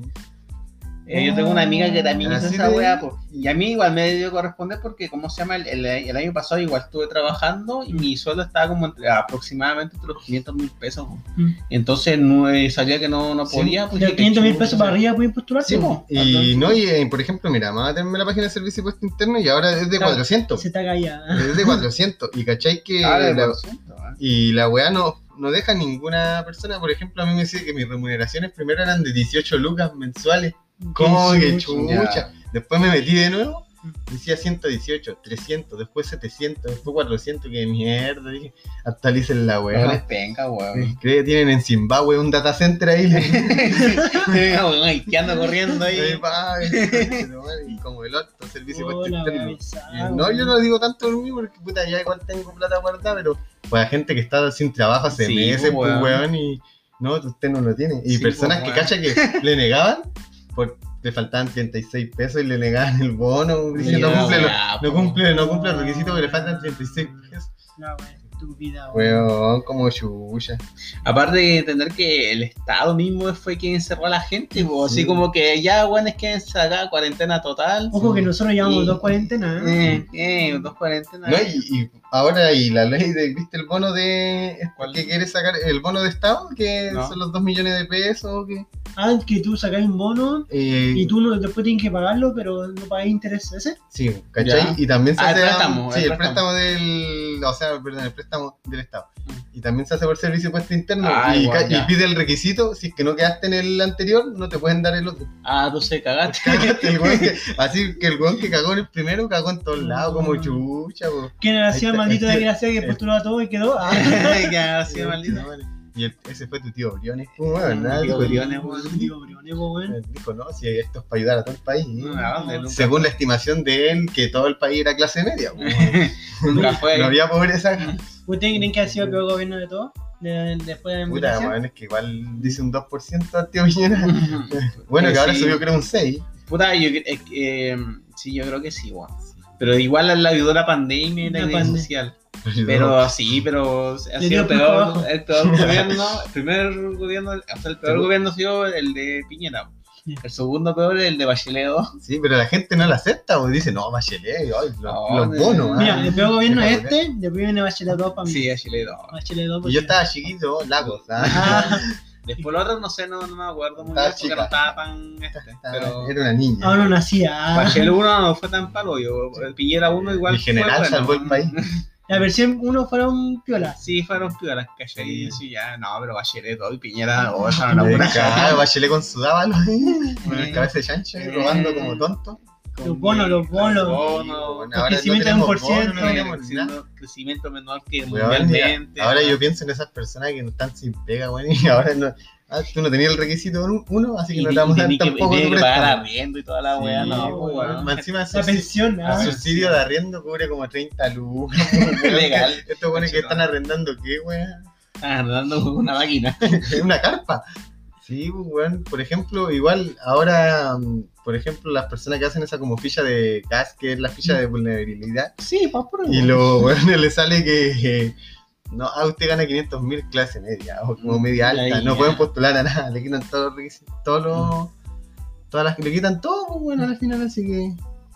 [SPEAKER 2] Eh, yo tengo una amiga que también hizo
[SPEAKER 5] Así
[SPEAKER 2] esa
[SPEAKER 5] de-
[SPEAKER 2] weá, po. y a mí igual me dio corresponder porque, ¿cómo se llama? El, el- el año pasado igual estuve trabajando y mi sueldo estaba como entre- aproximadamente entre los 500 mil pesos. po.
[SPEAKER 3] Mm.
[SPEAKER 2] Entonces no, eh, sabía que no, no
[SPEAKER 5] Sí,
[SPEAKER 2] podía. pues,
[SPEAKER 3] De
[SPEAKER 2] dije,
[SPEAKER 3] 500 mil
[SPEAKER 2] chuta,
[SPEAKER 3] pesos para arriba puedes postular.
[SPEAKER 2] Ah, Sí, po.
[SPEAKER 5] Y no, y eh, por ejemplo, mira, vamos a tener la página de servicio de puesto interno y ahora es de
[SPEAKER 3] Claro,
[SPEAKER 5] 400.
[SPEAKER 3] Se está callada.
[SPEAKER 5] Es de 400. Y cachai que.
[SPEAKER 2] Ah, de
[SPEAKER 5] la-
[SPEAKER 2] por ciento, ah.
[SPEAKER 5] y la weá no, no deja ninguna persona. Por ejemplo, a mí me dice que mis remuneraciones primero eran de 18 lucas mensuales. ¿Cómo que chucha? Después me metí de nuevo. Decía 118, 300, después 700, después 400, que mierda, dije, actualicen la
[SPEAKER 2] Weón, es
[SPEAKER 5] weá.
[SPEAKER 2] pues, penca, weón.
[SPEAKER 5] Creo que tienen en Zimbabue un data center ahí.
[SPEAKER 2] Venga, weón, haitiano corriendo
[SPEAKER 5] Ahí
[SPEAKER 2] ahí.
[SPEAKER 5] va, y- y como el otro servicio
[SPEAKER 3] Hola,
[SPEAKER 5] puesto interno.
[SPEAKER 3] besada,
[SPEAKER 5] Y pues, este Eh, No, yo no digo tanto por mí porque puta, ya igual tengo plata guardada, pero pues la gente que está sin trabajo hace
[SPEAKER 2] Sí,
[SPEAKER 5] meses,
[SPEAKER 2] po,
[SPEAKER 5] pues
[SPEAKER 2] weón.
[SPEAKER 5] weón, y no, usted no lo tiene. Y
[SPEAKER 2] Sí,
[SPEAKER 5] personas
[SPEAKER 2] po,
[SPEAKER 5] que
[SPEAKER 2] weón.
[SPEAKER 5] cacha que le negaban, por, le faltaban 36 pesos y le negaban el bono, dice, no
[SPEAKER 2] Ya,
[SPEAKER 5] cumple, lo-
[SPEAKER 2] weá,
[SPEAKER 5] no
[SPEAKER 2] po.
[SPEAKER 5] cumple, no cumple el requisito que le faltan 36 pesos.
[SPEAKER 3] La wea estúpida, wea.
[SPEAKER 5] Weón, como chucha.
[SPEAKER 2] Aparte de entender que el Estado mismo fue quien encerró a la gente, po. así
[SPEAKER 5] Sí.
[SPEAKER 2] como que ya, weón, es que encerrada, cuarentena total.
[SPEAKER 3] Ojo que nosotros llevamos
[SPEAKER 2] Y-
[SPEAKER 3] dos cuarentenas. ¿eh?
[SPEAKER 2] Eh, eh, dos cuarentenas.
[SPEAKER 5] No, y, y ahora y la ley de, ¿viste el bono de
[SPEAKER 2] ¿Cuál?
[SPEAKER 5] que quiere sacar el bono de estado? Que
[SPEAKER 2] No.
[SPEAKER 5] son los 2 millones de pesos, que
[SPEAKER 3] Ah, que tú sacáis un bono
[SPEAKER 5] eh,
[SPEAKER 3] y tú no, después tienes que pagarlo, pero no pagáis interés ese.
[SPEAKER 5] Sí, ¿cachai?
[SPEAKER 2] Ya.
[SPEAKER 5] Y también se
[SPEAKER 2] Ah, el
[SPEAKER 5] hace.
[SPEAKER 2] préstamo,
[SPEAKER 5] sí,
[SPEAKER 2] el
[SPEAKER 5] el préstamo. del. O sea, perdón, el préstamo del Estado.
[SPEAKER 2] Mm.
[SPEAKER 5] Y también se hace por servicio puesto interno.
[SPEAKER 2] Ah,
[SPEAKER 5] y,
[SPEAKER 2] igual,
[SPEAKER 5] ca- y
[SPEAKER 2] ya.
[SPEAKER 5] pide el requisito: si es que no quedaste en el anterior, no te pueden dar el otro.
[SPEAKER 2] Ah, tú se cagaste.
[SPEAKER 5] El weón que- así que el weón que cagó en el primero cagó en todos lados, como
[SPEAKER 3] Mm.
[SPEAKER 5] chucha, po.
[SPEAKER 3] ¿Quién era así
[SPEAKER 5] Ahí está,
[SPEAKER 3] maldito
[SPEAKER 5] este-
[SPEAKER 3] de gracia que
[SPEAKER 5] eh.
[SPEAKER 3] postuló a todo y quedó? Ah,
[SPEAKER 2] que ha sido maldito.
[SPEAKER 5] Y el- ese fue tu tío Briones. Pues, weón, nada,
[SPEAKER 2] tío
[SPEAKER 5] dijo,
[SPEAKER 2] Briones, weón.
[SPEAKER 3] Digo, Briones, weón.
[SPEAKER 5] dijo, no, si esto es para ayudar a todo el país. ¿eh".
[SPEAKER 2] No, ¿a dónde? Nunca-
[SPEAKER 5] Según la estimación de él, que todo el país era clase media. po.
[SPEAKER 2] Nunca fue.
[SPEAKER 5] No había pobreza.
[SPEAKER 3] ¿Ustedes creen que ha sido el peor gobierno de todo? De- después de la
[SPEAKER 5] Puta,
[SPEAKER 3] democracia.
[SPEAKER 5] weón, es que igual dice un 2% al tío Piñera. Bueno,
[SPEAKER 2] Eh,
[SPEAKER 5] que ahora
[SPEAKER 2] sí.
[SPEAKER 5] subió creo un 6.
[SPEAKER 2] Puta, yo, cre- es que, eh, sí, yo creo que sí, weón. Pero igual la ayudó la pandemia y la
[SPEAKER 3] La
[SPEAKER 2] crisis
[SPEAKER 3] pandemia.
[SPEAKER 2] social. Pero sí, pero ha
[SPEAKER 3] dio
[SPEAKER 2] sido el
[SPEAKER 3] por abajo.
[SPEAKER 2] peor, el peor gobierno. El primer gobierno, o sea, el peor
[SPEAKER 5] Sí.
[SPEAKER 2] gobierno ha sido el de Piñera.
[SPEAKER 3] Sí.
[SPEAKER 2] El segundo peor es el de Bachelet 2.
[SPEAKER 5] Sí, pero la gente no la acepta, o dice, no, Bachelet, ay, los,
[SPEAKER 2] No,
[SPEAKER 5] los
[SPEAKER 2] de-
[SPEAKER 5] bonos. ah".
[SPEAKER 3] Mira, el peor gobierno es
[SPEAKER 5] Deja de
[SPEAKER 3] este, después viene Bachelet 2 para mí.
[SPEAKER 2] Sí, Bachelet 2.
[SPEAKER 3] Bachelet 2
[SPEAKER 5] Y yo estaba chiquito, lagos. ah.
[SPEAKER 3] Ah,
[SPEAKER 2] Después los otros, no sé, no, no me acuerdo muy
[SPEAKER 5] Estaba
[SPEAKER 2] bien porque
[SPEAKER 5] chica.
[SPEAKER 2] no estaba tan este. Pero
[SPEAKER 5] Era una niña.
[SPEAKER 3] aún no nacía. Ah.
[SPEAKER 2] Bachelet 1 no fue tan palo. Yo, el Piñera 1 igual.
[SPEAKER 5] El general
[SPEAKER 2] fue bueno.
[SPEAKER 5] salvó el país.
[SPEAKER 3] La versión 1 fueron piolas.
[SPEAKER 2] Sí, fueron piolas, ¿cachai?
[SPEAKER 5] Sí.
[SPEAKER 2] Y eso ya, no, pero Bachelet 2 y Piñera, oh, esa era una
[SPEAKER 5] La
[SPEAKER 2] buena
[SPEAKER 5] cara, Bachelet con su dábalo ahí, con
[SPEAKER 2] Eh.
[SPEAKER 5] el cabeza de chancho ahí, robando como tonto.
[SPEAKER 3] Los bonos, los bonos.
[SPEAKER 5] Bueno, ahora no
[SPEAKER 3] crecimiento de
[SPEAKER 5] tenemos
[SPEAKER 3] un por
[SPEAKER 5] bonos,
[SPEAKER 3] ciento.
[SPEAKER 5] no tenemos nada.
[SPEAKER 2] Creciendo- crecimiento menor que
[SPEAKER 5] Weón, mira,
[SPEAKER 2] mundialmente.
[SPEAKER 5] ahora yo pienso en esas personas que no están sin pega, weón, y ahora no. Ah, tú no tenías el requisito un- uno, así que
[SPEAKER 2] y
[SPEAKER 5] no te vamos a dar
[SPEAKER 2] tenés que,
[SPEAKER 5] tampoco
[SPEAKER 2] tenés
[SPEAKER 5] tu
[SPEAKER 2] que pagar
[SPEAKER 5] préstamo.
[SPEAKER 2] arriendo y toda la
[SPEAKER 5] Sí,
[SPEAKER 2] weá, no, pues,
[SPEAKER 3] weón.
[SPEAKER 2] weón.
[SPEAKER 5] Más encima
[SPEAKER 3] La
[SPEAKER 5] subsidi-
[SPEAKER 3] pensión, ah.
[SPEAKER 5] el subsidio de arriendo cubre como 30 lucas.
[SPEAKER 2] Es legal.
[SPEAKER 5] Estos buenos que están arrendando, ¿qué, weón?
[SPEAKER 2] Estás andando con una máquina.
[SPEAKER 5] Es una carpa. Sí, pues, weón. Por ejemplo, igual ahora, mm, por ejemplo, las personas que hacen esa como ficha de gas, que es la ficha de vulnerabilidad,
[SPEAKER 2] Sí, pa' por
[SPEAKER 5] y los weones le sale que. eh, no, ah, usted gana 500 mil clase media, o como media
[SPEAKER 2] Ya,
[SPEAKER 5] alta,
[SPEAKER 2] ya. Mm.
[SPEAKER 5] no pueden postular a nada, le quitan todos los requisitos, todos los, todas las, le quitan todo, pues, bueno, al final, así que,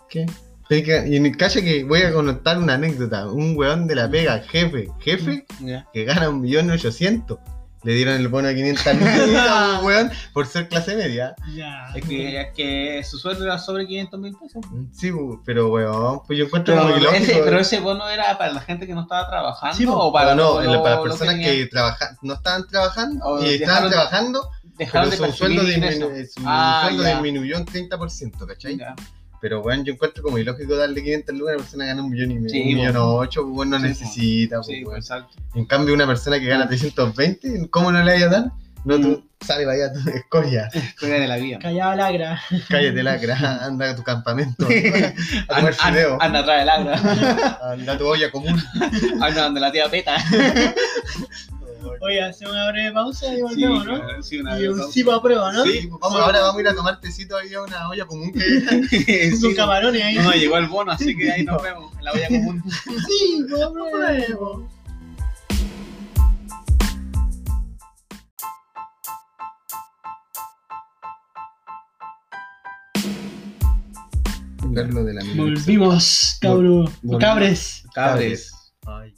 [SPEAKER 5] ¿qué? Así que- Y en el caso que voy a contar una anécdota, un weón de la pega, jefe, jefe,
[SPEAKER 2] Mm.
[SPEAKER 5] que gana un millón ochocientos. Le dieron el bono de 500 lucas, weón, por ser clase media.
[SPEAKER 3] Ya.
[SPEAKER 2] Es que, es que su sueldo era sobre 500 mil pesos.
[SPEAKER 5] Sí, bu, pero weón, pues yo encuentro
[SPEAKER 2] Pero
[SPEAKER 5] muy
[SPEAKER 2] ese,
[SPEAKER 5] lógico. eh.
[SPEAKER 2] pero ese bono era para la gente que no estaba trabajando
[SPEAKER 3] Sí, po.
[SPEAKER 2] o para,
[SPEAKER 5] para no,
[SPEAKER 2] lo-
[SPEAKER 5] para
[SPEAKER 2] lo
[SPEAKER 5] personas que,
[SPEAKER 2] tenían-
[SPEAKER 5] trabaja- no estaban trabajando
[SPEAKER 2] O
[SPEAKER 5] y estaban
[SPEAKER 2] dejaron-
[SPEAKER 5] trabajando, pero
[SPEAKER 2] dejaron de
[SPEAKER 5] su sueldo,
[SPEAKER 2] percibir
[SPEAKER 5] disminu-
[SPEAKER 2] ingresos.
[SPEAKER 5] eh, su
[SPEAKER 2] Ah,
[SPEAKER 5] sueldo
[SPEAKER 2] ya.
[SPEAKER 5] disminuyó un 30%, ¿cachai?
[SPEAKER 2] Ya.
[SPEAKER 5] Pero weón, yo encuentro como ilógico darle 500 lucas a una persona que gana un millón y medio,
[SPEAKER 2] Sí,
[SPEAKER 5] un
[SPEAKER 2] bu.
[SPEAKER 5] millón ocho, pues, weón, no
[SPEAKER 2] Sí, bu.
[SPEAKER 5] necesita, bu,
[SPEAKER 2] Sí, pues.
[SPEAKER 5] weón.
[SPEAKER 2] exacto.
[SPEAKER 5] En cambio, una persona que gana 320, ¿cómo no le vaya a dar? No,
[SPEAKER 2] Mm.
[SPEAKER 5] tú, sale vaya, tú, escoria.
[SPEAKER 2] Historia de la vida.
[SPEAKER 3] Callaba lagra.
[SPEAKER 5] Cállate, lacra, anda a tu campamento a comer
[SPEAKER 2] Anda-
[SPEAKER 5] fideo,
[SPEAKER 2] Anda anda atrás del agua.
[SPEAKER 5] anda a tu olla común.
[SPEAKER 2] Anda donde la tía peta.
[SPEAKER 3] Oye, hacemos una breve pausa y
[SPEAKER 2] Sí,
[SPEAKER 3] volvemos, ¿no?
[SPEAKER 2] sí, una
[SPEAKER 3] Y
[SPEAKER 2] vez,
[SPEAKER 3] un sí para prueba, ¿no?
[SPEAKER 5] Sí, pues vamos, ahora vamos a ir a tomar tecito ahí a una olla común que
[SPEAKER 2] Sí,
[SPEAKER 3] Son camarones ahí.
[SPEAKER 2] No, no, llegó el bono, así que ahí nos vemos en la olla común.
[SPEAKER 3] Sí, para prueba.
[SPEAKER 5] buscarlo de la misma.
[SPEAKER 3] Volvimos, cabro.
[SPEAKER 5] Vol-
[SPEAKER 3] Cabres.
[SPEAKER 2] Cabres.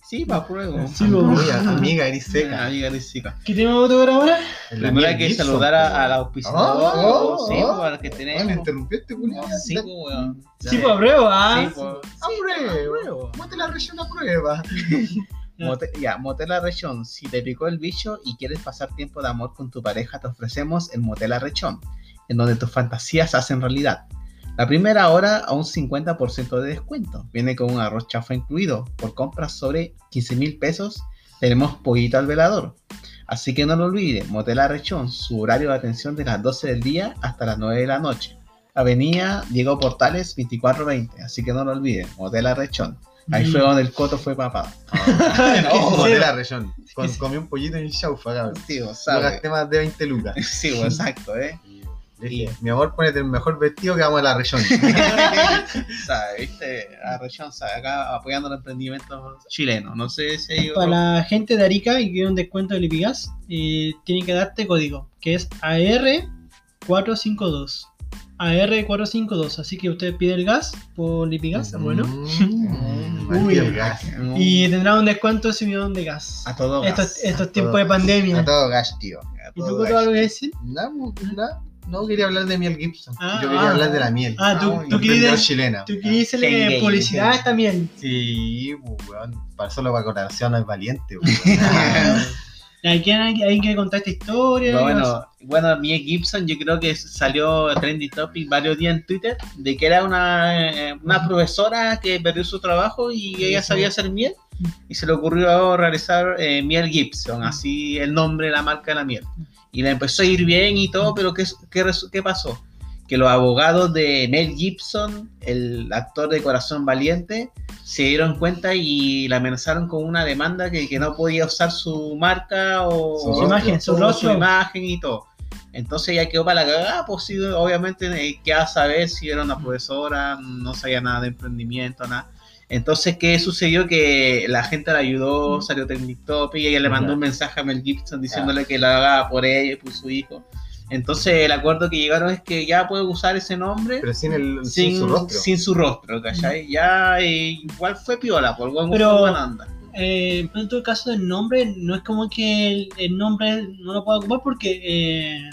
[SPEAKER 2] Sí, va, pruebo.
[SPEAKER 3] Sí, po.
[SPEAKER 5] amiga, eres seca.
[SPEAKER 2] Amiga de Zika.
[SPEAKER 3] ¿Qué tema vamos a tocar ahora?
[SPEAKER 2] Primero hay que saludar a, a la auspiciadora.
[SPEAKER 5] pues, Oh, oh,
[SPEAKER 2] sí,
[SPEAKER 5] oh.
[SPEAKER 2] po, a la que
[SPEAKER 5] Ah, ¿Me
[SPEAKER 2] tenemos.
[SPEAKER 5] interrumpió este culiado?
[SPEAKER 2] Sí, po, weón.
[SPEAKER 3] Sí, pues apruebo, ah.
[SPEAKER 2] Sí, po.
[SPEAKER 5] ¡A prueba! ¡Mate la rellena a prueba!
[SPEAKER 2] Mote- ya, Motel Arrechón. Si te picó el bicho y quieres pasar tiempo de amor con tu pareja, te ofrecemos el Motel Arrechón, en donde tus fantasías se hacen realidad. La primera hora a un 50% de descuento. Viene con un arroz chafa incluido. Por compras sobre 15 mil pesos, tenemos pollito al velador. Así que no lo olvides, Motel Arrechón, su horario de atención de las 12 del día hasta las 9 de la noche. Avenida Diego Portales 2420, así que no lo olvides, Motel Arrechón. Ahí
[SPEAKER 3] Mm.
[SPEAKER 2] fue donde el coto fue papado.
[SPEAKER 5] ¡No!
[SPEAKER 3] se
[SPEAKER 5] ¡Mate
[SPEAKER 3] sepa.
[SPEAKER 5] la rellena! Con- Comí un pollito en chaufa, cabrón.
[SPEAKER 2] Sí, vos
[SPEAKER 5] No
[SPEAKER 2] sabes.
[SPEAKER 5] gasté más de 20 lucas.
[SPEAKER 2] Sí, vos, exacto, ¿eh?
[SPEAKER 5] Le dije, mi amor, ponete el mejor vestido que vamos a la región.
[SPEAKER 2] ¿Sabes? ¿Viste? La región, ¿sabes? Acá apoyando el emprendimiento chileno. No sé si hay otro-
[SPEAKER 3] Para la gente de Arica y quiere un descuento de Lipigas, eh, tienen que darte código, que es AR452. AR452, así que usted pide el gas por Lipigas, bueno, Uy.
[SPEAKER 5] Uy, el gas.
[SPEAKER 2] Mm,
[SPEAKER 3] y tendrá un descuento de subidón de gas.
[SPEAKER 2] A todo gas.
[SPEAKER 3] Estos, estos
[SPEAKER 5] a
[SPEAKER 3] tiempos
[SPEAKER 5] todo
[SPEAKER 3] de pandemia.
[SPEAKER 5] A todo gas, tío.
[SPEAKER 2] A
[SPEAKER 3] ¿Y
[SPEAKER 2] todo
[SPEAKER 3] tú Coto,
[SPEAKER 2] gas.
[SPEAKER 3] algo que decir?
[SPEAKER 5] No, no, no quería hablar de miel Gibson.
[SPEAKER 3] Ah,
[SPEAKER 5] Yo quería
[SPEAKER 3] ah.
[SPEAKER 5] hablar de la miel.
[SPEAKER 3] Ah, tú- tú
[SPEAKER 5] emprendedor
[SPEAKER 3] querías-
[SPEAKER 5] chilena.
[SPEAKER 3] Tú quieres
[SPEAKER 2] Ken
[SPEAKER 3] hacerle
[SPEAKER 2] Gay,
[SPEAKER 3] publicidad
[SPEAKER 2] Ken.
[SPEAKER 3] también.
[SPEAKER 5] Sí, pues, weón. Para solo para corazón es valiente, weón.
[SPEAKER 3] Hay que, hay que contar esta historia.
[SPEAKER 2] Pero
[SPEAKER 3] y cosas.
[SPEAKER 2] bueno, bueno, Mia Gibson, yo creo que salió trending topic varios días en Twitter de que era una, eh, una profesora que perdió su trabajo y ella sabía hacer miel y se le ocurrió realizar eh, miel Gibson, así el nombre de la marca de la miel. Y le empezó a ir bien y todo, pero ¿qué, qué, resu- qué pasó? Que los abogados de Mel Gibson, el actor de Corazón Valiente, se dieron cuenta y la amenazaron con una demanda que, que no podía usar su marca o
[SPEAKER 5] Su
[SPEAKER 2] o-
[SPEAKER 3] imagen, su
[SPEAKER 2] su
[SPEAKER 3] rostro.
[SPEAKER 2] imagen y todo. Entonces ya quedó para la cagada, pues sí, obviamente eh, queda a saber si era una profesora, no sabía nada de emprendimiento, nada. Entonces, ¿qué sucedió? Que la gente la ayudó,
[SPEAKER 3] Mm.
[SPEAKER 2] salió Trending Topic y ella le mandó
[SPEAKER 4] Ya.
[SPEAKER 2] un mensaje a Mel Gibson diciéndole que la haga por ella y por su hijo. Entonces, el acuerdo que llegaron es que ya puede usar ese nombre
[SPEAKER 5] Pero sin, el, sin,
[SPEAKER 2] sin,
[SPEAKER 5] su rostro.
[SPEAKER 2] sin su rostro, ¿cachai? Ya eh, igual fue piola, por buen
[SPEAKER 3] Pero-
[SPEAKER 2] por buena onda.
[SPEAKER 3] Eh, pero en todo caso del nombre, no es como que el, el nombre no lo pueda ocupar porque eh,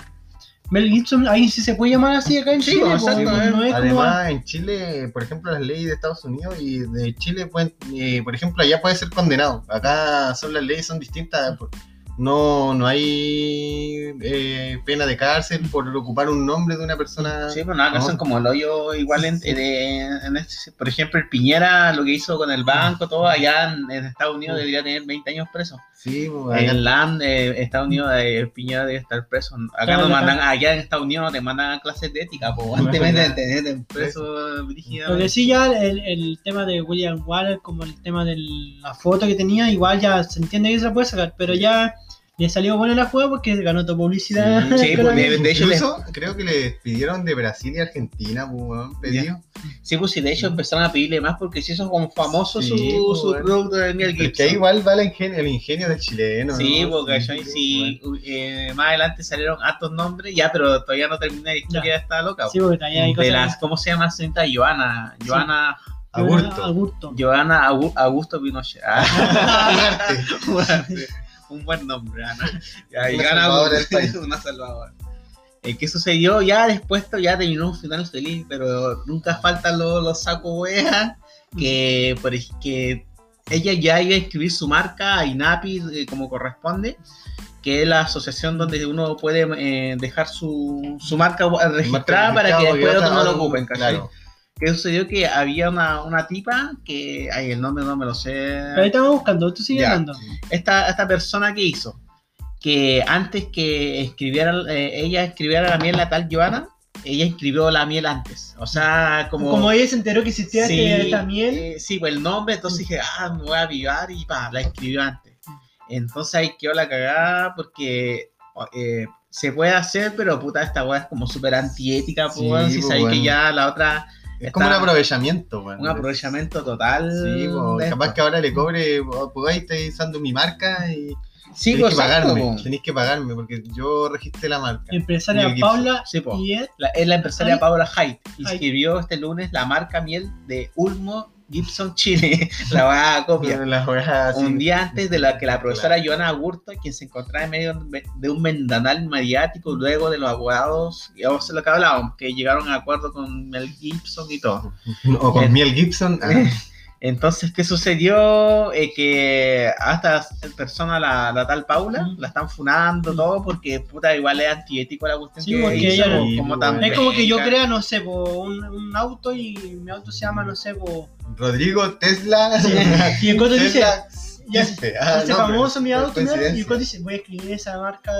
[SPEAKER 3] Mel Gibson, ahí sí se puede llamar así acá en
[SPEAKER 2] Sí,
[SPEAKER 3] Chile,
[SPEAKER 2] pues,
[SPEAKER 3] pues,
[SPEAKER 2] exacto,
[SPEAKER 3] no es
[SPEAKER 5] Además, en Chile, por ejemplo, las leyes de Estados Unidos y de Chile, pueden, eh, por ejemplo, allá puede ser condenado. Acá son las leyes, son distintas. por- No, no hay eh, pena de cárcel por ocupar un nombre de una persona.
[SPEAKER 2] Sí, pero nada, que
[SPEAKER 5] No.
[SPEAKER 2] son como el hoyo igual en, en- en este- por ejemplo, el Piñera, lo que hizo con el banco, todo allá en, en Estados Unidos debería tener 20 años preso.
[SPEAKER 5] Sí, pues,
[SPEAKER 2] En
[SPEAKER 5] acá-
[SPEAKER 2] el LAN, eh, Estados Unidos, eh, el Piñera debe estar preso. Acá
[SPEAKER 3] Claro,
[SPEAKER 2] no
[SPEAKER 3] acá.
[SPEAKER 2] mandan, allá en Estados Unidos no te mandan a clases de ética, po,
[SPEAKER 5] Claro.
[SPEAKER 2] antes de tener preso
[SPEAKER 3] Lo que
[SPEAKER 2] brígidamente.
[SPEAKER 3] sí ya el, el tema de William Waller, como el tema de la foto que tenía, igual ya se entiende que se la puede sacar, pero ya le salió buena la jugada porque ganó tu publicidad.
[SPEAKER 2] Sí, pues, sí,
[SPEAKER 3] con la
[SPEAKER 2] porque-
[SPEAKER 3] misma.
[SPEAKER 2] de hecho,
[SPEAKER 5] pues, Incluso creo que le pidieron de Brasil y Argentina, pues, weón, pedido.
[SPEAKER 2] Sí, pues sí, de hecho empezaron a pedirle más porque se hizo como famoso
[SPEAKER 5] Sí,
[SPEAKER 2] su,
[SPEAKER 5] po,
[SPEAKER 2] su
[SPEAKER 5] bueno.
[SPEAKER 2] producto de Miel
[SPEAKER 5] Porque ahí
[SPEAKER 2] Gibson.
[SPEAKER 5] igual va la ingenio- el ingenio del chileno.
[SPEAKER 2] Sí,
[SPEAKER 5] ¿no? pues,
[SPEAKER 2] porque ¿cachai? sí, eh, más adelante salieron hartos nombres, ya, pero todavía no termina la historia de esta loca. po.
[SPEAKER 3] Sí, porque también hay
[SPEAKER 2] de
[SPEAKER 3] cosas.
[SPEAKER 2] las, ¿cómo se llama la señorita? Joana,
[SPEAKER 3] Sí.
[SPEAKER 2] Joana,
[SPEAKER 5] Aburto.
[SPEAKER 3] Augusto.
[SPEAKER 2] Joana Agu- Augusto Pinochet. Ah,
[SPEAKER 5] Ugarte.
[SPEAKER 2] un buen nombre, ¿ah, Ana. Ya,
[SPEAKER 5] Una
[SPEAKER 2] y Joana
[SPEAKER 5] salvadora
[SPEAKER 2] Augusto,
[SPEAKER 5] del país.
[SPEAKER 2] una salvadora. Eh, ¿Qué sucedió? Ya después to- ya terminó un final feliz, pero nunca faltan los, los saco hueas
[SPEAKER 5] Mm.
[SPEAKER 2] que, por ej- que ella ya iba a inscribir su marca a INAPI eh, como corresponde, que es la asociación donde uno puede eh, dejar su, su marca registrada para que
[SPEAKER 5] Certificado
[SPEAKER 2] después otros no
[SPEAKER 5] otra-
[SPEAKER 2] lo ocupen, ¿cachai?
[SPEAKER 5] Claro.
[SPEAKER 2] ¿Qué sucedió? Que había una, una tipa que. Ay, el nombre no me lo sé.
[SPEAKER 3] Pero ahí estamos buscando, tú sigues
[SPEAKER 2] Ya.
[SPEAKER 3] hablando.
[SPEAKER 2] Esta, esta persona que hizo. Que antes que escribiera, eh, ella escribiera la miel la tal Joana, ella escribió la miel antes. O sea, como.
[SPEAKER 3] Como, ella se enteró que existía
[SPEAKER 2] Sí,
[SPEAKER 3] este- esta miel,
[SPEAKER 2] eh, sí, pues el nombre,
[SPEAKER 5] Mm.
[SPEAKER 2] entonces dije, ah, me voy a avivar y pa, la escribió antes. Entonces ahí quedó la cagada porque eh, se puede hacer, pero puta, esta weá es como súper antiética, pues,
[SPEAKER 5] Sí,
[SPEAKER 2] weón, si
[SPEAKER 5] pues,
[SPEAKER 2] sabéis
[SPEAKER 5] bueno.
[SPEAKER 2] que ya la otra,
[SPEAKER 5] Es como un
[SPEAKER 2] Está-
[SPEAKER 5] aprovechamiento, weón.
[SPEAKER 2] un aprovechamiento total.
[SPEAKER 5] Sí, po,
[SPEAKER 2] de
[SPEAKER 5] capaz
[SPEAKER 2] esto.
[SPEAKER 5] que ahora le cobre, po, pues ahí estoy usando mi marca y
[SPEAKER 2] Sí, pues,
[SPEAKER 5] Tenéis que
[SPEAKER 2] exacto,
[SPEAKER 5] pagarme.
[SPEAKER 2] po.
[SPEAKER 5] Tenéis que pagarme porque yo registré la marca.
[SPEAKER 3] Empresaria
[SPEAKER 5] Mel Gibson.
[SPEAKER 3] Paula
[SPEAKER 2] Sí, pues. po.
[SPEAKER 3] y Ed.
[SPEAKER 2] La- es la empresaria
[SPEAKER 3] Ay.
[SPEAKER 2] Paola Hyde.
[SPEAKER 3] Hyde.
[SPEAKER 2] Inscribió este lunes la marca miel de Ulmo Gibson Chile. la va a copiar.
[SPEAKER 5] La weá así.
[SPEAKER 2] un día antes de la que la profesora Joana Agurto, quien se encontraba en medio de un vendanal mediático, luego de los abogados, y vamos a lo que hablábamos, que llegaron a acuerdo con Mel Gibson y todo.
[SPEAKER 5] O
[SPEAKER 2] Eh.
[SPEAKER 5] con Miel Gibson. ah,
[SPEAKER 2] Entonces, ¿qué sucedió? Eh, que hasta persona, la, la tal Paula,
[SPEAKER 3] Mm.
[SPEAKER 2] la están funando todo porque puta, igual es antiético la cuestión
[SPEAKER 3] Sí,
[SPEAKER 2] que
[SPEAKER 3] porque
[SPEAKER 2] hizo,
[SPEAKER 3] ella-
[SPEAKER 2] como- como
[SPEAKER 5] Sí,
[SPEAKER 2] tan
[SPEAKER 5] bueno.
[SPEAKER 3] Es como que yo
[SPEAKER 2] penca.
[SPEAKER 3] crea, no sé, po, un, un auto y mi auto se llama, no sé, po.
[SPEAKER 5] Rodrigo Tesla.
[SPEAKER 3] Y el coto dice,
[SPEAKER 5] Tesla
[SPEAKER 3] ya
[SPEAKER 5] Quispe. Ah,
[SPEAKER 3] hace
[SPEAKER 5] no, pero-
[SPEAKER 3] famoso mi
[SPEAKER 5] pero
[SPEAKER 3] auto, mi auto, y el
[SPEAKER 5] coincidencia.
[SPEAKER 3] coto dice, voy a escribir esa marca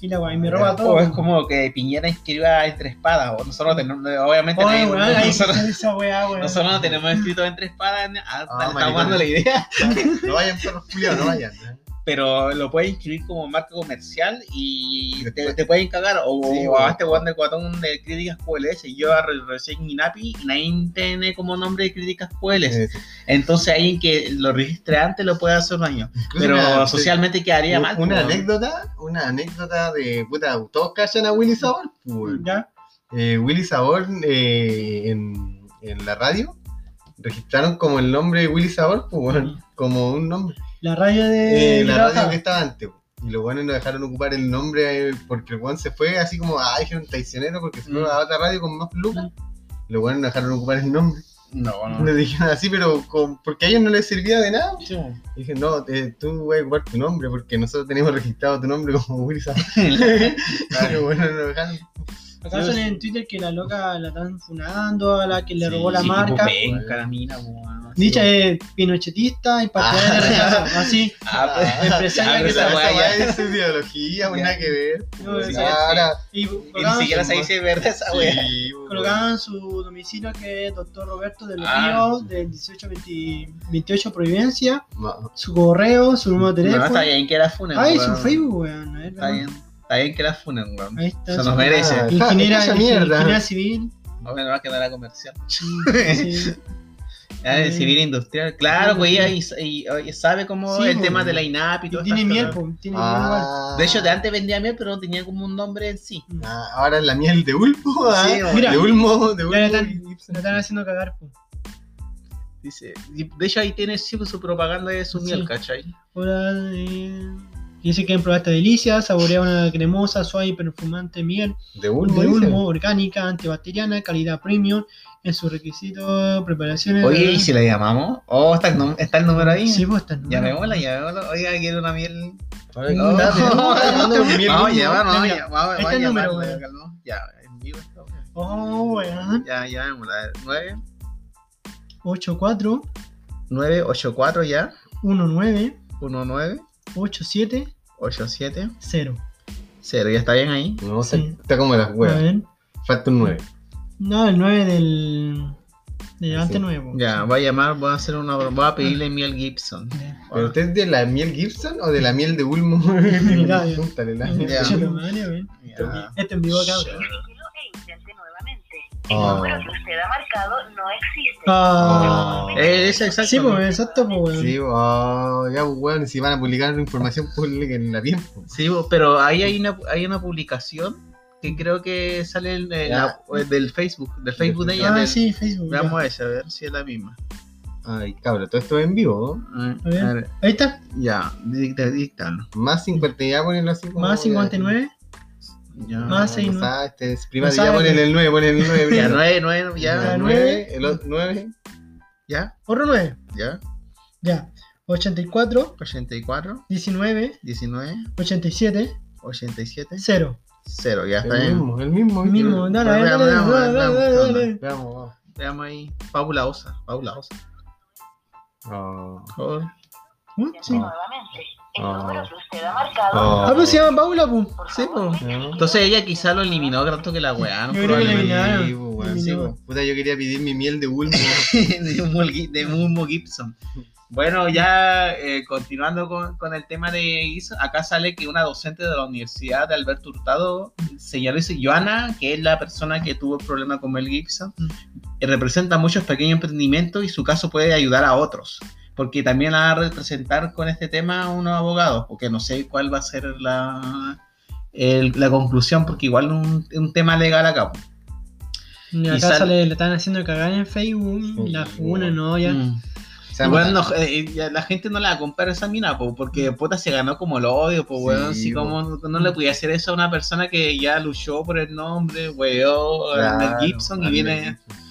[SPEAKER 3] y la guay, me roba todo.
[SPEAKER 2] O
[SPEAKER 5] pues,
[SPEAKER 2] es como que Piñera inscribió a Entre Espadas, o nosotros tenemos, obviamente,
[SPEAKER 3] Oye,
[SPEAKER 2] no-
[SPEAKER 3] weón, ahí
[SPEAKER 2] nosotros-
[SPEAKER 3] está esa weá, weón.
[SPEAKER 2] Nosotros no tenemos escrito entre espadas, ni- ah,
[SPEAKER 5] Ah,
[SPEAKER 2] le estamos
[SPEAKER 5] maricón.
[SPEAKER 2] dando la idea,
[SPEAKER 5] No vayan perros culiados, no vayan. ¿eh?
[SPEAKER 2] pero lo puedes inscribir como marca comercial y te,
[SPEAKER 5] Después-
[SPEAKER 2] te pueden cagar. O,
[SPEAKER 5] Sí,
[SPEAKER 2] o a
[SPEAKER 5] bueno.
[SPEAKER 2] este weón de cuatón de críticas QLS. Yo re- recién INAPI y nadie tiene como nombre de críticas QLS.
[SPEAKER 5] Eh,
[SPEAKER 2] Entonces alguien que lo registre antes lo puede hacer daño.
[SPEAKER 5] incluso
[SPEAKER 2] Pero
[SPEAKER 5] una-
[SPEAKER 2] socialmente quedaría
[SPEAKER 5] u-
[SPEAKER 2] mal. pues,
[SPEAKER 5] Una
[SPEAKER 2] po.
[SPEAKER 5] anécdota, una anécdota de puta, todos callan a Willy Sabor. pues, weón.
[SPEAKER 3] ¿Ya?
[SPEAKER 5] Eh, Willy Sabor eh, en, en la radio registraron como el nombre de Willy Sabor, pues, weón, como un nombre.
[SPEAKER 3] La radio de...
[SPEAKER 5] Eh, la
[SPEAKER 3] Rafa.
[SPEAKER 5] radio que estaba antes. pues. Y los buenos no dejaron ocupar el nombre eh, porque el weón se fue así como, ay, que un traicionero porque se fue
[SPEAKER 2] Mm.
[SPEAKER 5] a otra radio con más lucas. Los buenos no dejaron ocupar el nombre.
[SPEAKER 2] No, no.
[SPEAKER 5] Le dijeron así, pero con- porque a ellos no les servía de nada.
[SPEAKER 2] Sí, po.
[SPEAKER 5] Y dije, no, eh, tú vas a ocupar tu nombre porque nosotros tenemos registrado tu nombre como Willy Sabor. Pero bueno, no dejaron.
[SPEAKER 3] Acá son en Twitter que la loca la están funando, a la que le
[SPEAKER 5] Sí,
[SPEAKER 3] robó la
[SPEAKER 5] sí,
[SPEAKER 3] marca.
[SPEAKER 2] tipo penca la mina, po, weón.
[SPEAKER 3] Dicha es pinochetista y partidaria de rechazo. Así,
[SPEAKER 2] Ah, pero-
[SPEAKER 3] empresaria
[SPEAKER 2] ah,
[SPEAKER 5] Pero
[SPEAKER 3] que
[SPEAKER 2] pero
[SPEAKER 5] esa
[SPEAKER 2] esa
[SPEAKER 5] weá
[SPEAKER 2] weá
[SPEAKER 5] Ah. ya es su ideología, pues,
[SPEAKER 2] Ya.
[SPEAKER 5] nada que ver.
[SPEAKER 3] No,
[SPEAKER 5] Sí,
[SPEAKER 3] sí,
[SPEAKER 5] ahora,
[SPEAKER 3] Y
[SPEAKER 2] Y ni
[SPEAKER 3] colgaban,
[SPEAKER 2] siquiera se dice verdad esa wea.
[SPEAKER 5] sí, pues,
[SPEAKER 3] colocaban su domicilio que es doctor Roberto de los
[SPEAKER 2] Ah.
[SPEAKER 3] Ríos, del 18 20 28 Providencia,
[SPEAKER 5] ma-
[SPEAKER 3] su correo, su número de
[SPEAKER 2] No,
[SPEAKER 3] teléfono.
[SPEAKER 2] está bien que la funen.
[SPEAKER 3] Ay, su
[SPEAKER 2] weón.
[SPEAKER 3] Ah, Facebook, weón. a ver,
[SPEAKER 2] Está bien, está bien que la funen, weón.
[SPEAKER 3] Ahí está.
[SPEAKER 2] Se
[SPEAKER 3] su-
[SPEAKER 2] nos merece.
[SPEAKER 5] Ah,
[SPEAKER 3] Ingeniera,
[SPEAKER 5] esa
[SPEAKER 3] ingeniera,
[SPEAKER 5] mierda.
[SPEAKER 3] civil.
[SPEAKER 2] No, bueno, va a quedar la comercial.
[SPEAKER 3] sí.
[SPEAKER 2] Ya de
[SPEAKER 3] Sí.
[SPEAKER 2] civil industrial. Claro, güey, y, y- y sabe cómo
[SPEAKER 3] pues, Sí,
[SPEAKER 2] el
[SPEAKER 3] güey.
[SPEAKER 2] tema de la INAP y todo
[SPEAKER 3] Y tiene miel, pues.
[SPEAKER 2] mierda.
[SPEAKER 3] po, tiene miel igual.
[SPEAKER 5] Ah,
[SPEAKER 2] De hecho, de antes vendía miel, pero no tenía como un nombre en sí.
[SPEAKER 5] ah, ahora es la miel de Ulpo. ah,
[SPEAKER 2] Sí, weón.
[SPEAKER 3] Mira.
[SPEAKER 5] de Ulmo, de Ulmo.
[SPEAKER 3] Ya la
[SPEAKER 5] y
[SPEAKER 3] están,
[SPEAKER 5] Gibson.
[SPEAKER 3] la están haciendo cagar, po.
[SPEAKER 2] Dice, y de hecho, ahí tiene sí, pues, su propaganda de su
[SPEAKER 3] Sí.
[SPEAKER 2] miel, ¿cachai?
[SPEAKER 3] Hola, eh, dice que quieren probar esta delicia, saborea una cremosa, suave y perfumante miel
[SPEAKER 5] De
[SPEAKER 3] de
[SPEAKER 5] Ulmo. dice.
[SPEAKER 3] ulmo, orgánica, antibacteriana, calidad premium, en sus requisitos, preparaciones.
[SPEAKER 2] Oye, ¿y si la llamamos? Oh, está el, num- está el número ahí.
[SPEAKER 3] Eh, Sí, pues, está en-
[SPEAKER 2] Llamémosla, llamémosla. Oiga, quiero una miel.
[SPEAKER 5] Ahora
[SPEAKER 2] No,
[SPEAKER 5] que está de Ulmo, hablando de miel
[SPEAKER 2] Vamos a
[SPEAKER 5] Ulmo.
[SPEAKER 2] llamar, vamos a
[SPEAKER 3] Mira,
[SPEAKER 2] llamar. vamos a
[SPEAKER 3] este es el número,
[SPEAKER 2] llamarla,
[SPEAKER 3] güey.
[SPEAKER 2] calma. Ya, en vivo está, güey.
[SPEAKER 3] Oh, weón.
[SPEAKER 2] Ya, ya, vemos la 9,
[SPEAKER 3] 84
[SPEAKER 2] 9, 8, 4 ya,
[SPEAKER 3] 19
[SPEAKER 2] 1, 9,
[SPEAKER 3] 87
[SPEAKER 2] 8, 7,
[SPEAKER 3] 0.
[SPEAKER 2] 0, ya está bien ahí.
[SPEAKER 5] No sé,
[SPEAKER 3] Sí.
[SPEAKER 5] está como las
[SPEAKER 3] A
[SPEAKER 5] huevas.
[SPEAKER 3] ver.
[SPEAKER 5] Falta un 9.
[SPEAKER 3] No, el 9 del. del
[SPEAKER 5] Sí.
[SPEAKER 3] ante 9. po.
[SPEAKER 2] Ya, voy a llamar, voy a hacer una voy a pedirle miel Gibson.
[SPEAKER 5] ¿Pero usted es de la miel Gibson o de la miel de Ulmo?
[SPEAKER 3] Mira,
[SPEAKER 5] Púntale la
[SPEAKER 3] Ay,
[SPEAKER 5] miel.
[SPEAKER 2] Ya.
[SPEAKER 3] cheto madre, weón.
[SPEAKER 2] Ya.
[SPEAKER 3] Este en vivo, cabrón.
[SPEAKER 6] Tranquilo e intente nuevamente. El
[SPEAKER 5] Ah.
[SPEAKER 6] número que usted ha marcado no existe.
[SPEAKER 3] Ah.
[SPEAKER 5] Ah.
[SPEAKER 2] Eh, es exacto.
[SPEAKER 3] Sí, pues, exacto, pues, weón.
[SPEAKER 5] Sí, oh, ya, pues, weón, si van a publicar información pública en la tiempo.
[SPEAKER 2] Sí, bo, pero ahí hay una, hay una publicación que creo que sale en el-
[SPEAKER 5] Ya.
[SPEAKER 2] la- eh, del Facebook, del Facebook de ella.
[SPEAKER 3] Ah,
[SPEAKER 2] del-
[SPEAKER 3] sí, Facebook. ya.
[SPEAKER 2] Veamos esa, a ver si es la misma.
[SPEAKER 5] Ay, cabra, todo esto es en vivo, ¿no?
[SPEAKER 2] A
[SPEAKER 3] A ver.
[SPEAKER 2] ver,
[SPEAKER 3] Ahí está.
[SPEAKER 2] Ya, dicta, dictalo.
[SPEAKER 5] Más 50, Oh, ya ponen así como.
[SPEAKER 3] Más 59.
[SPEAKER 2] Ya,
[SPEAKER 3] Más seis,
[SPEAKER 5] no
[SPEAKER 3] ¿no?
[SPEAKER 5] sabe, este es privado,
[SPEAKER 3] Ah, No
[SPEAKER 5] ya
[SPEAKER 3] sabe.
[SPEAKER 5] ponen el 9, ponen el 9.
[SPEAKER 2] ya 9, 9,
[SPEAKER 5] ya,
[SPEAKER 2] ya,
[SPEAKER 3] Ya,
[SPEAKER 5] 9, el 9.
[SPEAKER 2] ya,
[SPEAKER 3] Otro 9.
[SPEAKER 2] ya,
[SPEAKER 3] Ya. 84,
[SPEAKER 2] 84,
[SPEAKER 3] 19,
[SPEAKER 2] 19,
[SPEAKER 3] 87,
[SPEAKER 2] 87,
[SPEAKER 3] 0.
[SPEAKER 2] 0, ya está
[SPEAKER 5] El
[SPEAKER 2] bien.
[SPEAKER 5] mismo, el mismo. pues, el
[SPEAKER 3] Mismo. Dale, dale, dale,
[SPEAKER 2] Veamos,
[SPEAKER 3] dale, dale, dale,
[SPEAKER 2] veamos,
[SPEAKER 3] dale.
[SPEAKER 5] Veamos, vamos.
[SPEAKER 2] Veamos ahí, Paula Osa, Paula Osa.
[SPEAKER 5] Oh.
[SPEAKER 2] Por-
[SPEAKER 3] ¿Mm?
[SPEAKER 6] Intente
[SPEAKER 3] Sí.
[SPEAKER 6] nuevamente. El
[SPEAKER 5] Ah.
[SPEAKER 6] número que usted ha marcado.
[SPEAKER 5] Ah.
[SPEAKER 3] Ah, pero se llama Paula, pu.
[SPEAKER 6] Por
[SPEAKER 2] Sí,
[SPEAKER 6] favor,
[SPEAKER 2] pues.
[SPEAKER 6] verifique
[SPEAKER 2] Entonces ella quizá lo eliminó tanto que la weá, ¿no?
[SPEAKER 3] Yo creo que le
[SPEAKER 2] Probablemente.
[SPEAKER 3] eliminaron.
[SPEAKER 5] Sí, pues, weón,
[SPEAKER 3] Eliminado.
[SPEAKER 5] sí, pues. Puta, yo quería pedir mi miel de Ulmo.
[SPEAKER 2] de Humo, Gui- de Humo Gibson. Bueno, ya eh, continuando con, con el tema de Gibson, acá sale que una docente de la Universidad de Alberto Hurtado, señora dice Joana, que es la persona que tuvo el problema con Mel Gibson, eh, representa muchos pequeños emprendimientos y su caso puede ayudar a otros. porque también la va a representar con este tema unos abogados, porque no sé cuál va a ser la, el- la conclusión, porque igual es un, es un tema legal acá. pues.
[SPEAKER 3] Y
[SPEAKER 2] Y
[SPEAKER 3] acá
[SPEAKER 2] sal-
[SPEAKER 3] sale- le están haciendo cagar en Facebook,
[SPEAKER 5] Sí,
[SPEAKER 3] la funa,
[SPEAKER 5] bueno.
[SPEAKER 3] no, ya.
[SPEAKER 2] Mm.
[SPEAKER 5] O sea,
[SPEAKER 2] Igual no- eh, ya la gente no la compara esa mina, po, porque puta se ganó como el odio, po,
[SPEAKER 5] Mm. Sí,
[SPEAKER 2] weón. Si
[SPEAKER 5] po. Mm.
[SPEAKER 2] como no le podía hacer eso a una persona que ya luchó por el nombre, weón, a Mel
[SPEAKER 5] claro,
[SPEAKER 2] Gibson, y
[SPEAKER 5] Mel
[SPEAKER 2] viene.
[SPEAKER 5] Gibson.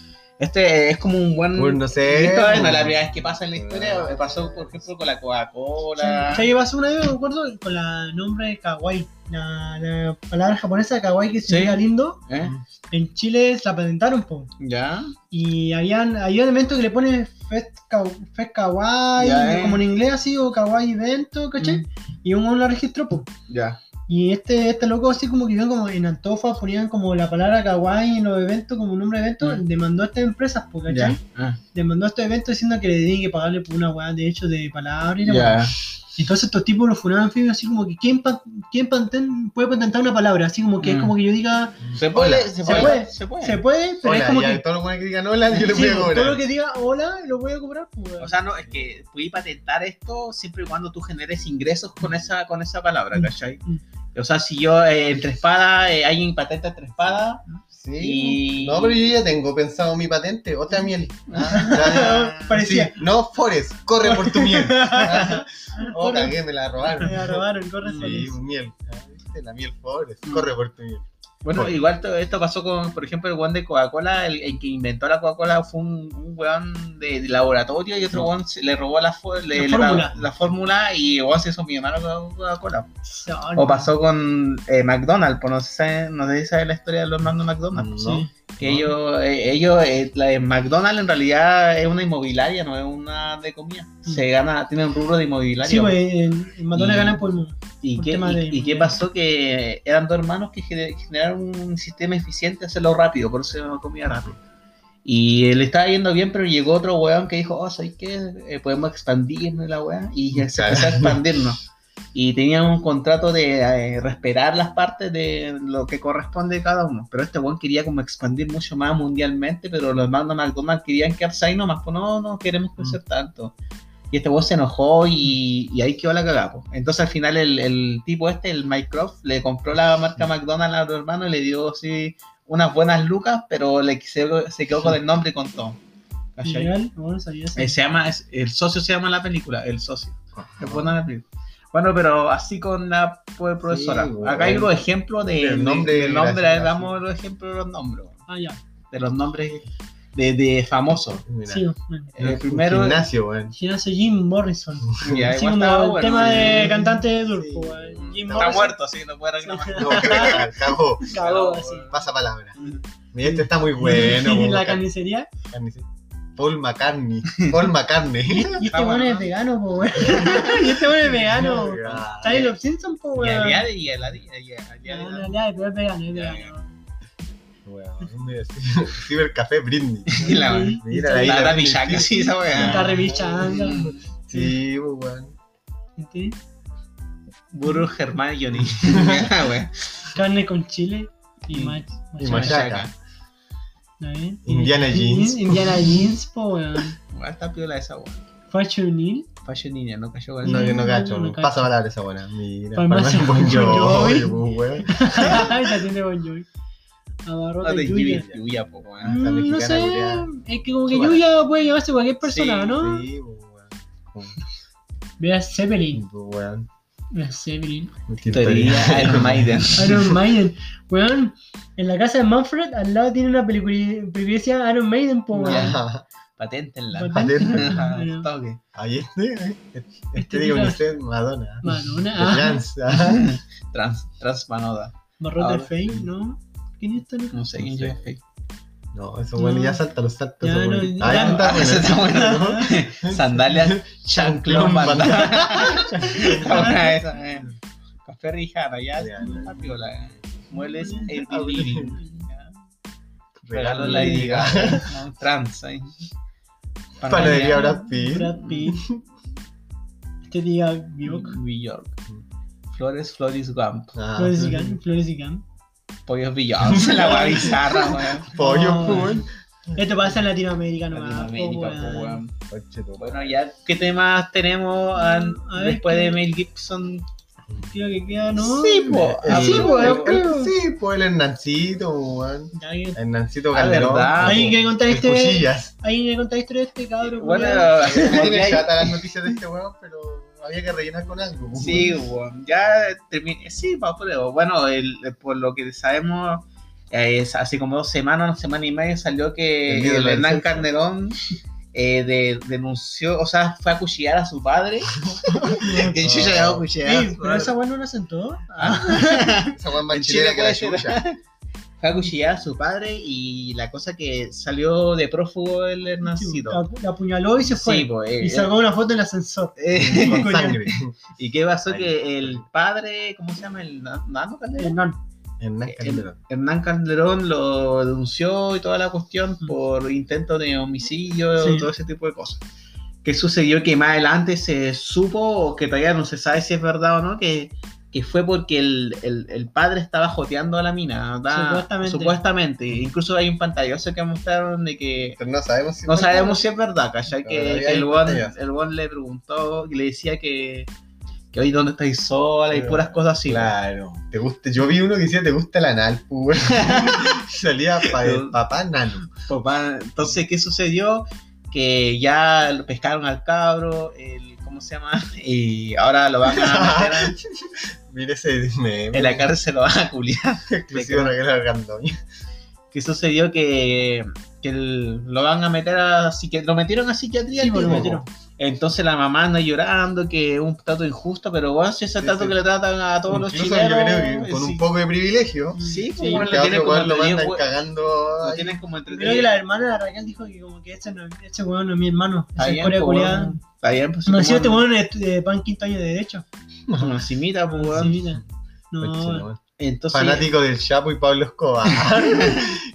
[SPEAKER 2] Este es como un buen.
[SPEAKER 5] Pues no sé,
[SPEAKER 2] Esto es
[SPEAKER 5] po.
[SPEAKER 2] la primera vez que pasa en la historia. Pasó, por ejemplo, con la Coca-Cola.
[SPEAKER 3] ¿Sabes qué pasó una vez? Me acuerdo con la nombre de kawaii. La, la palabra japonesa de kawaii que significa lindo.
[SPEAKER 2] ¿Eh?
[SPEAKER 3] En Chile se la patentaron, po.
[SPEAKER 2] ¿Ya?
[SPEAKER 3] Y habían, había un evento que le pone Fest, Ka- Fest Kawaii,
[SPEAKER 2] Ya, eh.
[SPEAKER 3] como en inglés así, o Kawaii Evento, ¿cachai?
[SPEAKER 2] Mm.
[SPEAKER 3] Y uno la registró, po.
[SPEAKER 2] Ya.
[SPEAKER 3] Y este, este loco así como que iban como en Antofa, ponían como la palabra kawaii en los eventos, como nombre de evento,
[SPEAKER 2] Mm.
[SPEAKER 3] demandó a estas empresas, po, ¿cachai?
[SPEAKER 2] Ya. Ah,
[SPEAKER 3] Demandó a estos eventos diciendo que le tenían que pagarle por una weá de hecho de palabra y la weá.
[SPEAKER 2] Ya.
[SPEAKER 3] Entonces estos tipos los funaban fibra así como que ¿quién, pa- quién panten- puede patentar una palabra? Así como que es
[SPEAKER 2] Mm.
[SPEAKER 3] como que yo diga,
[SPEAKER 2] Se puede,
[SPEAKER 5] Hola.
[SPEAKER 2] se
[SPEAKER 3] Se
[SPEAKER 2] puede.
[SPEAKER 3] puede.
[SPEAKER 2] Se puede.
[SPEAKER 3] se puede, pero es
[SPEAKER 5] Hola,
[SPEAKER 3] como
[SPEAKER 5] ya,
[SPEAKER 3] que...
[SPEAKER 5] todo lo bueno que digan hola, yo le
[SPEAKER 3] Sí, pues,
[SPEAKER 5] voy a
[SPEAKER 3] todo lo
[SPEAKER 5] cobrar.
[SPEAKER 3] que diga hola lo voy a cobrar. po, weón.
[SPEAKER 2] O sea, no, es que pude patentar esto siempre y cuando tú generes ingresos con esa, con esa palabra,
[SPEAKER 3] Mm,
[SPEAKER 2] ¿cachai?
[SPEAKER 3] mm.
[SPEAKER 2] O sea, si yo eh, entre espada, eh, alguien patenta entre espada,
[SPEAKER 5] Sí.
[SPEAKER 2] Y-
[SPEAKER 5] No, pero yo ya tengo pensado mi patente. Otra miel.
[SPEAKER 2] Ah,
[SPEAKER 5] Ya-
[SPEAKER 3] parecía.
[SPEAKER 5] sí, No, Forest, corre por tu miel. Ah, Oh,
[SPEAKER 3] Corre.
[SPEAKER 5] cagué, me la robaron.
[SPEAKER 3] Me la robaron, corre
[SPEAKER 5] Sí,
[SPEAKER 3] Solís.
[SPEAKER 5] miel. Ah, ¿viste? La miel Forest, corre por tu miel.
[SPEAKER 2] bueno,
[SPEAKER 5] Bueno.
[SPEAKER 2] igual to- esto pasó con, por ejemplo, el weón de Coca-Cola, el, el que inventó la Coca-Cola fue un, un weón de, de laboratorio y otro weón se- le robó la, fo- le-
[SPEAKER 3] La
[SPEAKER 2] le-
[SPEAKER 3] fórmula.
[SPEAKER 2] la fórmula y el weón se hizo mi hermano con Coca-Cola.
[SPEAKER 3] Ah,
[SPEAKER 2] O pasó con eh, McDonald's, pues no sé, si saben- no sé si saben la historia de los hermanos McDonald's.
[SPEAKER 5] No.
[SPEAKER 3] Mm, Sí.
[SPEAKER 2] Que ellos, eh, ellos eh, la de McDonald's en realidad es una inmobiliaria, no es una de comida. Se gana, tiene un rubro de inmobiliaria.
[SPEAKER 3] Sí, güey, pues, en, en Madonna
[SPEAKER 2] Y-
[SPEAKER 3] ganan por el mundo.
[SPEAKER 2] ¿Y,
[SPEAKER 3] un
[SPEAKER 2] qué,
[SPEAKER 3] tema
[SPEAKER 2] y-
[SPEAKER 3] de
[SPEAKER 2] y
[SPEAKER 3] inmobiliaria.
[SPEAKER 2] qué pasó? Que eran dos hermanos que gener- generaron un sistema eficiente, hacerlo rápido, por eso se llama comida rápida. Y le estaba yendo bien, pero llegó otro weón que dijo, oh, ¿sabes qué? Eh, podemos expandirnos la weá. Y ya se empezó a expandirnos. Y tenían un contrato de eh, respetar las partes de lo que corresponde de cada uno. Pero este weón quería como expandir mucho más mundialmente, pero los hermanos McDonald's querían quedarse ahí nomás, pues no, no queremos crecer tanto. Y este weón se enojó y, y ahí quedó la cagada. po. Entonces al final el, el tipo este, el Mike Croft, le compró la marca McDonald's a los hermanos y le dio así unas buenas lucas, pero le se, se quedó con el nombre y con todo. ¿Cachai?
[SPEAKER 3] Legal, no, no sabía eso.
[SPEAKER 2] Eh, se llama, es- el socio se llama la película, el socio. Es buena la película. Bueno, pero así con la pues, profesora.
[SPEAKER 5] Sí,
[SPEAKER 2] Acá hay
[SPEAKER 5] bueno.
[SPEAKER 2] los ejemplos de,
[SPEAKER 5] Del nombre,
[SPEAKER 2] nombre, del nombre,
[SPEAKER 5] gracias,
[SPEAKER 2] ahí damos los ejemplos de los nombres, bueno,
[SPEAKER 3] Ah, ya.
[SPEAKER 2] de los nombres de, de famosos.
[SPEAKER 5] Mira.
[SPEAKER 3] Sí, bueno.
[SPEAKER 2] El
[SPEAKER 5] primero.
[SPEAKER 2] primero,
[SPEAKER 5] Gimnasio, weón.
[SPEAKER 3] Gimnasio Jim Morrison.
[SPEAKER 2] y ahí
[SPEAKER 3] Así
[SPEAKER 2] va a
[SPEAKER 3] como
[SPEAKER 2] estar,
[SPEAKER 3] el
[SPEAKER 2] bueno,
[SPEAKER 3] tema de
[SPEAKER 5] sí.
[SPEAKER 3] cantante de Durpo,
[SPEAKER 5] Sí.
[SPEAKER 3] güey. Jim
[SPEAKER 5] Está
[SPEAKER 2] Está
[SPEAKER 3] Morrison.
[SPEAKER 2] muerto, así no puede reclamar.
[SPEAKER 5] No, cagó.
[SPEAKER 3] Cagó, así.
[SPEAKER 5] Pasa palabra. Mira, este está muy bueno.
[SPEAKER 3] Y la
[SPEAKER 5] weón.
[SPEAKER 3] carnicería.
[SPEAKER 5] Carnice- Paul McCartney. Paul McCartney.
[SPEAKER 3] Y este
[SPEAKER 2] Ah,
[SPEAKER 3] bueno
[SPEAKER 2] bueno.
[SPEAKER 3] es vegano, po, güey. Y este bueno es vegano.
[SPEAKER 5] Ah,
[SPEAKER 3] Está en los Simpsons, po,
[SPEAKER 2] Y
[SPEAKER 3] güey.
[SPEAKER 2] a Liade, y a Liade, y a
[SPEAKER 3] Ya,
[SPEAKER 2] Liade.
[SPEAKER 3] ya, ya, pero es vegano, es vegano.
[SPEAKER 5] weón. Mira, Cibercafé Britney.
[SPEAKER 2] Y la-
[SPEAKER 3] Sí.
[SPEAKER 5] Mira,
[SPEAKER 2] La
[SPEAKER 5] ahí
[SPEAKER 2] Dani
[SPEAKER 5] Britney
[SPEAKER 2] Shaka,
[SPEAKER 5] Spears.
[SPEAKER 2] sí, esa weá.
[SPEAKER 3] Está revichando.
[SPEAKER 5] Sí, weón.
[SPEAKER 3] ¿Entiendes?
[SPEAKER 2] Burro Hermione. Ah, weá.
[SPEAKER 3] Carne con chile y
[SPEAKER 2] Mm.
[SPEAKER 3] mach-
[SPEAKER 5] Y
[SPEAKER 3] machaca.
[SPEAKER 5] machaca.
[SPEAKER 3] ¿Está bien?
[SPEAKER 5] Indiana Jeans.
[SPEAKER 3] Indiana Jeans, po, weón.
[SPEAKER 2] Weá, Está piola esa weá.
[SPEAKER 3] Fashion Hill.
[SPEAKER 2] Fashion Ninja, no cayó con
[SPEAKER 5] No, que no cacho.
[SPEAKER 3] No
[SPEAKER 5] no.
[SPEAKER 3] cacho.
[SPEAKER 5] Pasa palabra esa buena. Mira,
[SPEAKER 3] Farmacia
[SPEAKER 5] Farmacia Bon
[SPEAKER 3] Bon Jovi.
[SPEAKER 5] Jovi, weón.
[SPEAKER 3] Ay, te atiende Bon Jovi. Abarrota
[SPEAKER 2] Ah, de
[SPEAKER 3] Yuya.
[SPEAKER 2] Yuya, Yuya, po, weón.
[SPEAKER 5] Esa
[SPEAKER 3] Mm, No
[SPEAKER 5] mexicana,
[SPEAKER 3] sé,
[SPEAKER 5] culiada.
[SPEAKER 3] es que como que
[SPEAKER 5] Chúpala.
[SPEAKER 3] Yuya puede llevarse cualquier persona,
[SPEAKER 2] Sí,
[SPEAKER 3] ¿no?
[SPEAKER 5] Sí, weón.
[SPEAKER 3] Mira Zeppelin.
[SPEAKER 5] Weón.
[SPEAKER 3] Mira Zeppelin.
[SPEAKER 2] Teoría Iron Maiden.
[SPEAKER 3] Iron Maiden. Weón, en la casa de Manfred al lado tiene una peliculi- privilegia Iron Maiden, po, weón.
[SPEAKER 5] Ya.
[SPEAKER 2] Paténtenla.
[SPEAKER 5] Patente.
[SPEAKER 2] Al toque.
[SPEAKER 5] Ahí este, este,
[SPEAKER 3] Este
[SPEAKER 5] digo
[SPEAKER 3] tira-
[SPEAKER 5] usted, Madonna.
[SPEAKER 3] Madonna.
[SPEAKER 5] De
[SPEAKER 3] Ah,
[SPEAKER 5] Flans, ajá.
[SPEAKER 2] Trans, Transmanoda.
[SPEAKER 3] Barrota
[SPEAKER 2] Ahora
[SPEAKER 3] Fame,
[SPEAKER 5] sí.
[SPEAKER 3] ¿no? ¿Quién es esta? no?
[SPEAKER 2] No sé quién
[SPEAKER 5] No
[SPEAKER 2] lleva
[SPEAKER 5] sé.
[SPEAKER 2] fake.
[SPEAKER 5] No, eso bueno, ya salta los saltos.
[SPEAKER 3] Ya,
[SPEAKER 5] eso,
[SPEAKER 3] no,
[SPEAKER 5] bueno.
[SPEAKER 3] ya.
[SPEAKER 5] Ahí está,
[SPEAKER 2] Ah,
[SPEAKER 5] bueno.
[SPEAKER 2] ese está bueno.
[SPEAKER 5] Ajá.
[SPEAKER 2] Sandalias Chanclón Banda. Ahora esa, eh. Café Rijana, ya.
[SPEAKER 5] Ya,
[SPEAKER 2] está piola, eh. Mueles en living. Regalo
[SPEAKER 5] Regalo
[SPEAKER 2] la
[SPEAKER 5] Lady
[SPEAKER 2] diga.
[SPEAKER 5] Gaga.
[SPEAKER 2] Trans, eh.
[SPEAKER 5] Panadería Brad Pitt.
[SPEAKER 3] Brad Pitt. Este diga Bjork.
[SPEAKER 2] New York. Flores, Floris Gump.
[SPEAKER 5] Ah,
[SPEAKER 3] Flores y Gam. Flores y Gam.
[SPEAKER 2] Pollos Beyoncé, la guay bizarra, weón.
[SPEAKER 5] Pollo,
[SPEAKER 3] Oh.
[SPEAKER 5] weón.
[SPEAKER 3] Esto pasa en Latinoamérica nomás. po, ah,
[SPEAKER 2] Latinoamérica, po,
[SPEAKER 3] weón.
[SPEAKER 2] weón.
[SPEAKER 5] Conche tu madre.
[SPEAKER 2] Bueno, ya, ¿qué temas tenemos an-
[SPEAKER 3] A ver,
[SPEAKER 2] después
[SPEAKER 3] ¿qué?
[SPEAKER 2] de Mel Gibson?
[SPEAKER 3] Creo que queda, ¿no?
[SPEAKER 5] Sí, po.
[SPEAKER 2] Ah,
[SPEAKER 5] el-
[SPEAKER 2] sí, po,
[SPEAKER 5] el-
[SPEAKER 3] yo creo.
[SPEAKER 5] eh, Sí, po, el Hernancito, weón.
[SPEAKER 3] Ya alguien-
[SPEAKER 5] Hernancito
[SPEAKER 2] Ah,
[SPEAKER 5] Calderón.
[SPEAKER 2] verdad.
[SPEAKER 3] Alguien que contar
[SPEAKER 5] El
[SPEAKER 3] este.
[SPEAKER 5] Cuchillas.
[SPEAKER 3] Alguien que contar historia de este cabrón.
[SPEAKER 2] Bueno,
[SPEAKER 3] culiao.
[SPEAKER 5] Me
[SPEAKER 2] ya-
[SPEAKER 5] tiene chata las noticias de este weón, pero había que rellenar con algo. po.
[SPEAKER 2] Sí, weón, ya terminé. Sí, pa, pero bueno, el- eh, por lo que sabemos, eh, es hace como dos semanas, una semana y media salió que
[SPEAKER 5] El ídolo
[SPEAKER 2] el
[SPEAKER 5] del
[SPEAKER 2] Hernán
[SPEAKER 5] sexo.
[SPEAKER 2] Carnerón eh, de- denunció, o sea, fue a cuchillar a su padre. en Chile llegó a cuchillar. a
[SPEAKER 3] Ey,
[SPEAKER 2] su
[SPEAKER 3] pero
[SPEAKER 2] padre.
[SPEAKER 3] esa weá no la sentó.
[SPEAKER 2] Ah,
[SPEAKER 5] Esa weón más
[SPEAKER 2] En
[SPEAKER 5] chilena
[SPEAKER 2] Chile
[SPEAKER 5] que la
[SPEAKER 2] que la
[SPEAKER 5] chucha.
[SPEAKER 2] fue a cuchillar a su padre y la cosa que salió de prófugo el Hernancito.
[SPEAKER 3] La, la apuñaló y se Ah, fue.
[SPEAKER 2] Sí, pues. eh,
[SPEAKER 3] y sacó una foto en el ascensor.
[SPEAKER 2] eh,
[SPEAKER 5] Con sangre.
[SPEAKER 2] ¿Y qué pasó?
[SPEAKER 5] Ahí.
[SPEAKER 2] Que el padre, ¿cómo se llama? El na- nano, Calderón?
[SPEAKER 3] Hernán.
[SPEAKER 5] Hernán Calderón.
[SPEAKER 2] Hernán Calderón lo denunció y toda la cuestión
[SPEAKER 3] Mm.
[SPEAKER 2] por intento de homicidio,
[SPEAKER 3] Sí.
[SPEAKER 2] todo ese tipo de cosas. Que sucedió que más adelante se supo, o que todavía no se sabe si es verdad o no, que, que fue porque el, el- el padre estaba joteando a la mina. ¿verdad?
[SPEAKER 3] Supuestamente.
[SPEAKER 2] Supuestamente. Incluso hay un pantallazo que mostraron de que
[SPEAKER 5] Pero no sabemos si.
[SPEAKER 2] no sabemos si es verdad, ¿cachai?
[SPEAKER 5] Pero
[SPEAKER 2] Que,
[SPEAKER 5] todavía
[SPEAKER 2] que el
[SPEAKER 5] hay
[SPEAKER 2] Juan
[SPEAKER 5] pantallas.
[SPEAKER 2] el weón le preguntó, y le decía que, que hoy dónde estáis sola y
[SPEAKER 5] Claro,
[SPEAKER 2] puras cosas así.
[SPEAKER 5] Claro. Te gusta, yo vi uno que decía, ¿te gusta el anal? po, weón?" Salía pa- papá nano.
[SPEAKER 2] Papá, pues, Entonces, ¿qué sucedió? Que ya lo pescaron al cabro, el, ¿cómo se llama? Y ahora lo van a meter
[SPEAKER 5] Mira ese meme.
[SPEAKER 2] en la cárcel, lo van a culiar.
[SPEAKER 5] Exclusivo regalo Gandoña.
[SPEAKER 2] ¿Qué sucedió? Que, que el- lo van a meter a psiquiatría, lo metieron a psiquiatría.
[SPEAKER 3] Sí,
[SPEAKER 2] el
[SPEAKER 3] pues, lo
[SPEAKER 2] tipo.
[SPEAKER 3] metieron.
[SPEAKER 2] Entonces la mamá anda llorando, que es un trato injusto, pero bueno, si ese
[SPEAKER 5] Sí,
[SPEAKER 2] trato
[SPEAKER 5] sí.
[SPEAKER 2] que le tratan a todos los
[SPEAKER 5] Incluso
[SPEAKER 2] chilenos. eh,
[SPEAKER 5] yo creo que con
[SPEAKER 2] sí.
[SPEAKER 5] un poco de privilegio.
[SPEAKER 2] Sí, pues,
[SPEAKER 3] Sí,
[SPEAKER 2] bueno,
[SPEAKER 5] Porque
[SPEAKER 2] lo
[SPEAKER 5] a
[SPEAKER 2] tienen
[SPEAKER 5] otro
[SPEAKER 2] como
[SPEAKER 5] weón lo mandan
[SPEAKER 2] entretenido,
[SPEAKER 5] cagando.
[SPEAKER 2] lo
[SPEAKER 5] ahí.
[SPEAKER 2] tienen como
[SPEAKER 3] Creo
[SPEAKER 2] entretenido.
[SPEAKER 3] que la hermana de Raquel dijo que como que este, no, este weón no es mi hermano.
[SPEAKER 2] Está
[SPEAKER 3] Esa
[SPEAKER 2] bien,
[SPEAKER 3] historia
[SPEAKER 2] pues,
[SPEAKER 3] culiada.
[SPEAKER 2] weón. Está bien, pues,
[SPEAKER 3] No
[SPEAKER 2] como
[SPEAKER 3] es este
[SPEAKER 2] anda.
[SPEAKER 3] weón es de pan quinto año de derecho.
[SPEAKER 2] Como encimita, pues,
[SPEAKER 3] Sí,
[SPEAKER 2] weón.
[SPEAKER 3] mira. No,
[SPEAKER 2] Entonces,
[SPEAKER 5] Fanático del Chapo y Pablo Escobar.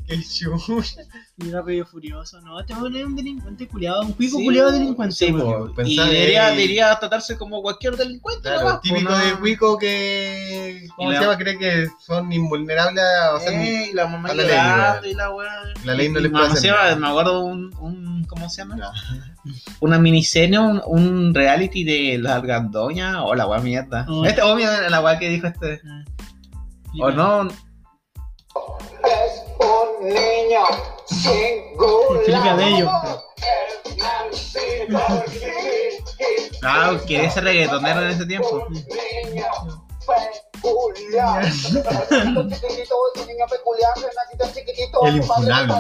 [SPEAKER 5] Qué chucha.
[SPEAKER 3] y rápido y furioso. No, este weón es un delincuente culiado, un
[SPEAKER 2] sí,
[SPEAKER 3] cuico culiado
[SPEAKER 2] sí,
[SPEAKER 3] delincuente.
[SPEAKER 2] sí,
[SPEAKER 3] weón.
[SPEAKER 2] po.
[SPEAKER 5] Pensá
[SPEAKER 2] y
[SPEAKER 5] de-
[SPEAKER 2] debería, debería tratarse como cualquier delincuente,
[SPEAKER 5] Claro,
[SPEAKER 2] nomás, po,
[SPEAKER 5] típico
[SPEAKER 2] ¿no?
[SPEAKER 5] de Wico que. ¿Cómo
[SPEAKER 2] Y
[SPEAKER 5] se
[SPEAKER 2] la-
[SPEAKER 5] llama? Cree que son invulnerables a hacer
[SPEAKER 2] Eh, y la mamá
[SPEAKER 5] a la
[SPEAKER 2] llorando
[SPEAKER 5] ley,
[SPEAKER 2] y la weá.
[SPEAKER 5] La ley no
[SPEAKER 2] Y
[SPEAKER 5] les puede
[SPEAKER 2] mamá se
[SPEAKER 5] hacer
[SPEAKER 2] va,
[SPEAKER 5] nada.
[SPEAKER 2] Me acuerdo un, un- ¿cómo se llama?
[SPEAKER 5] No.
[SPEAKER 2] Una miniserie, un, un reality de las argandoñas, o la weá mierda.
[SPEAKER 3] Oh.
[SPEAKER 2] Este, obvio, la weá que dijo este.
[SPEAKER 3] Ah.
[SPEAKER 2] O no,
[SPEAKER 3] Felipe Abello.
[SPEAKER 2] ah, quería ser reggaetonero en ese tiempo.
[SPEAKER 5] El infunable.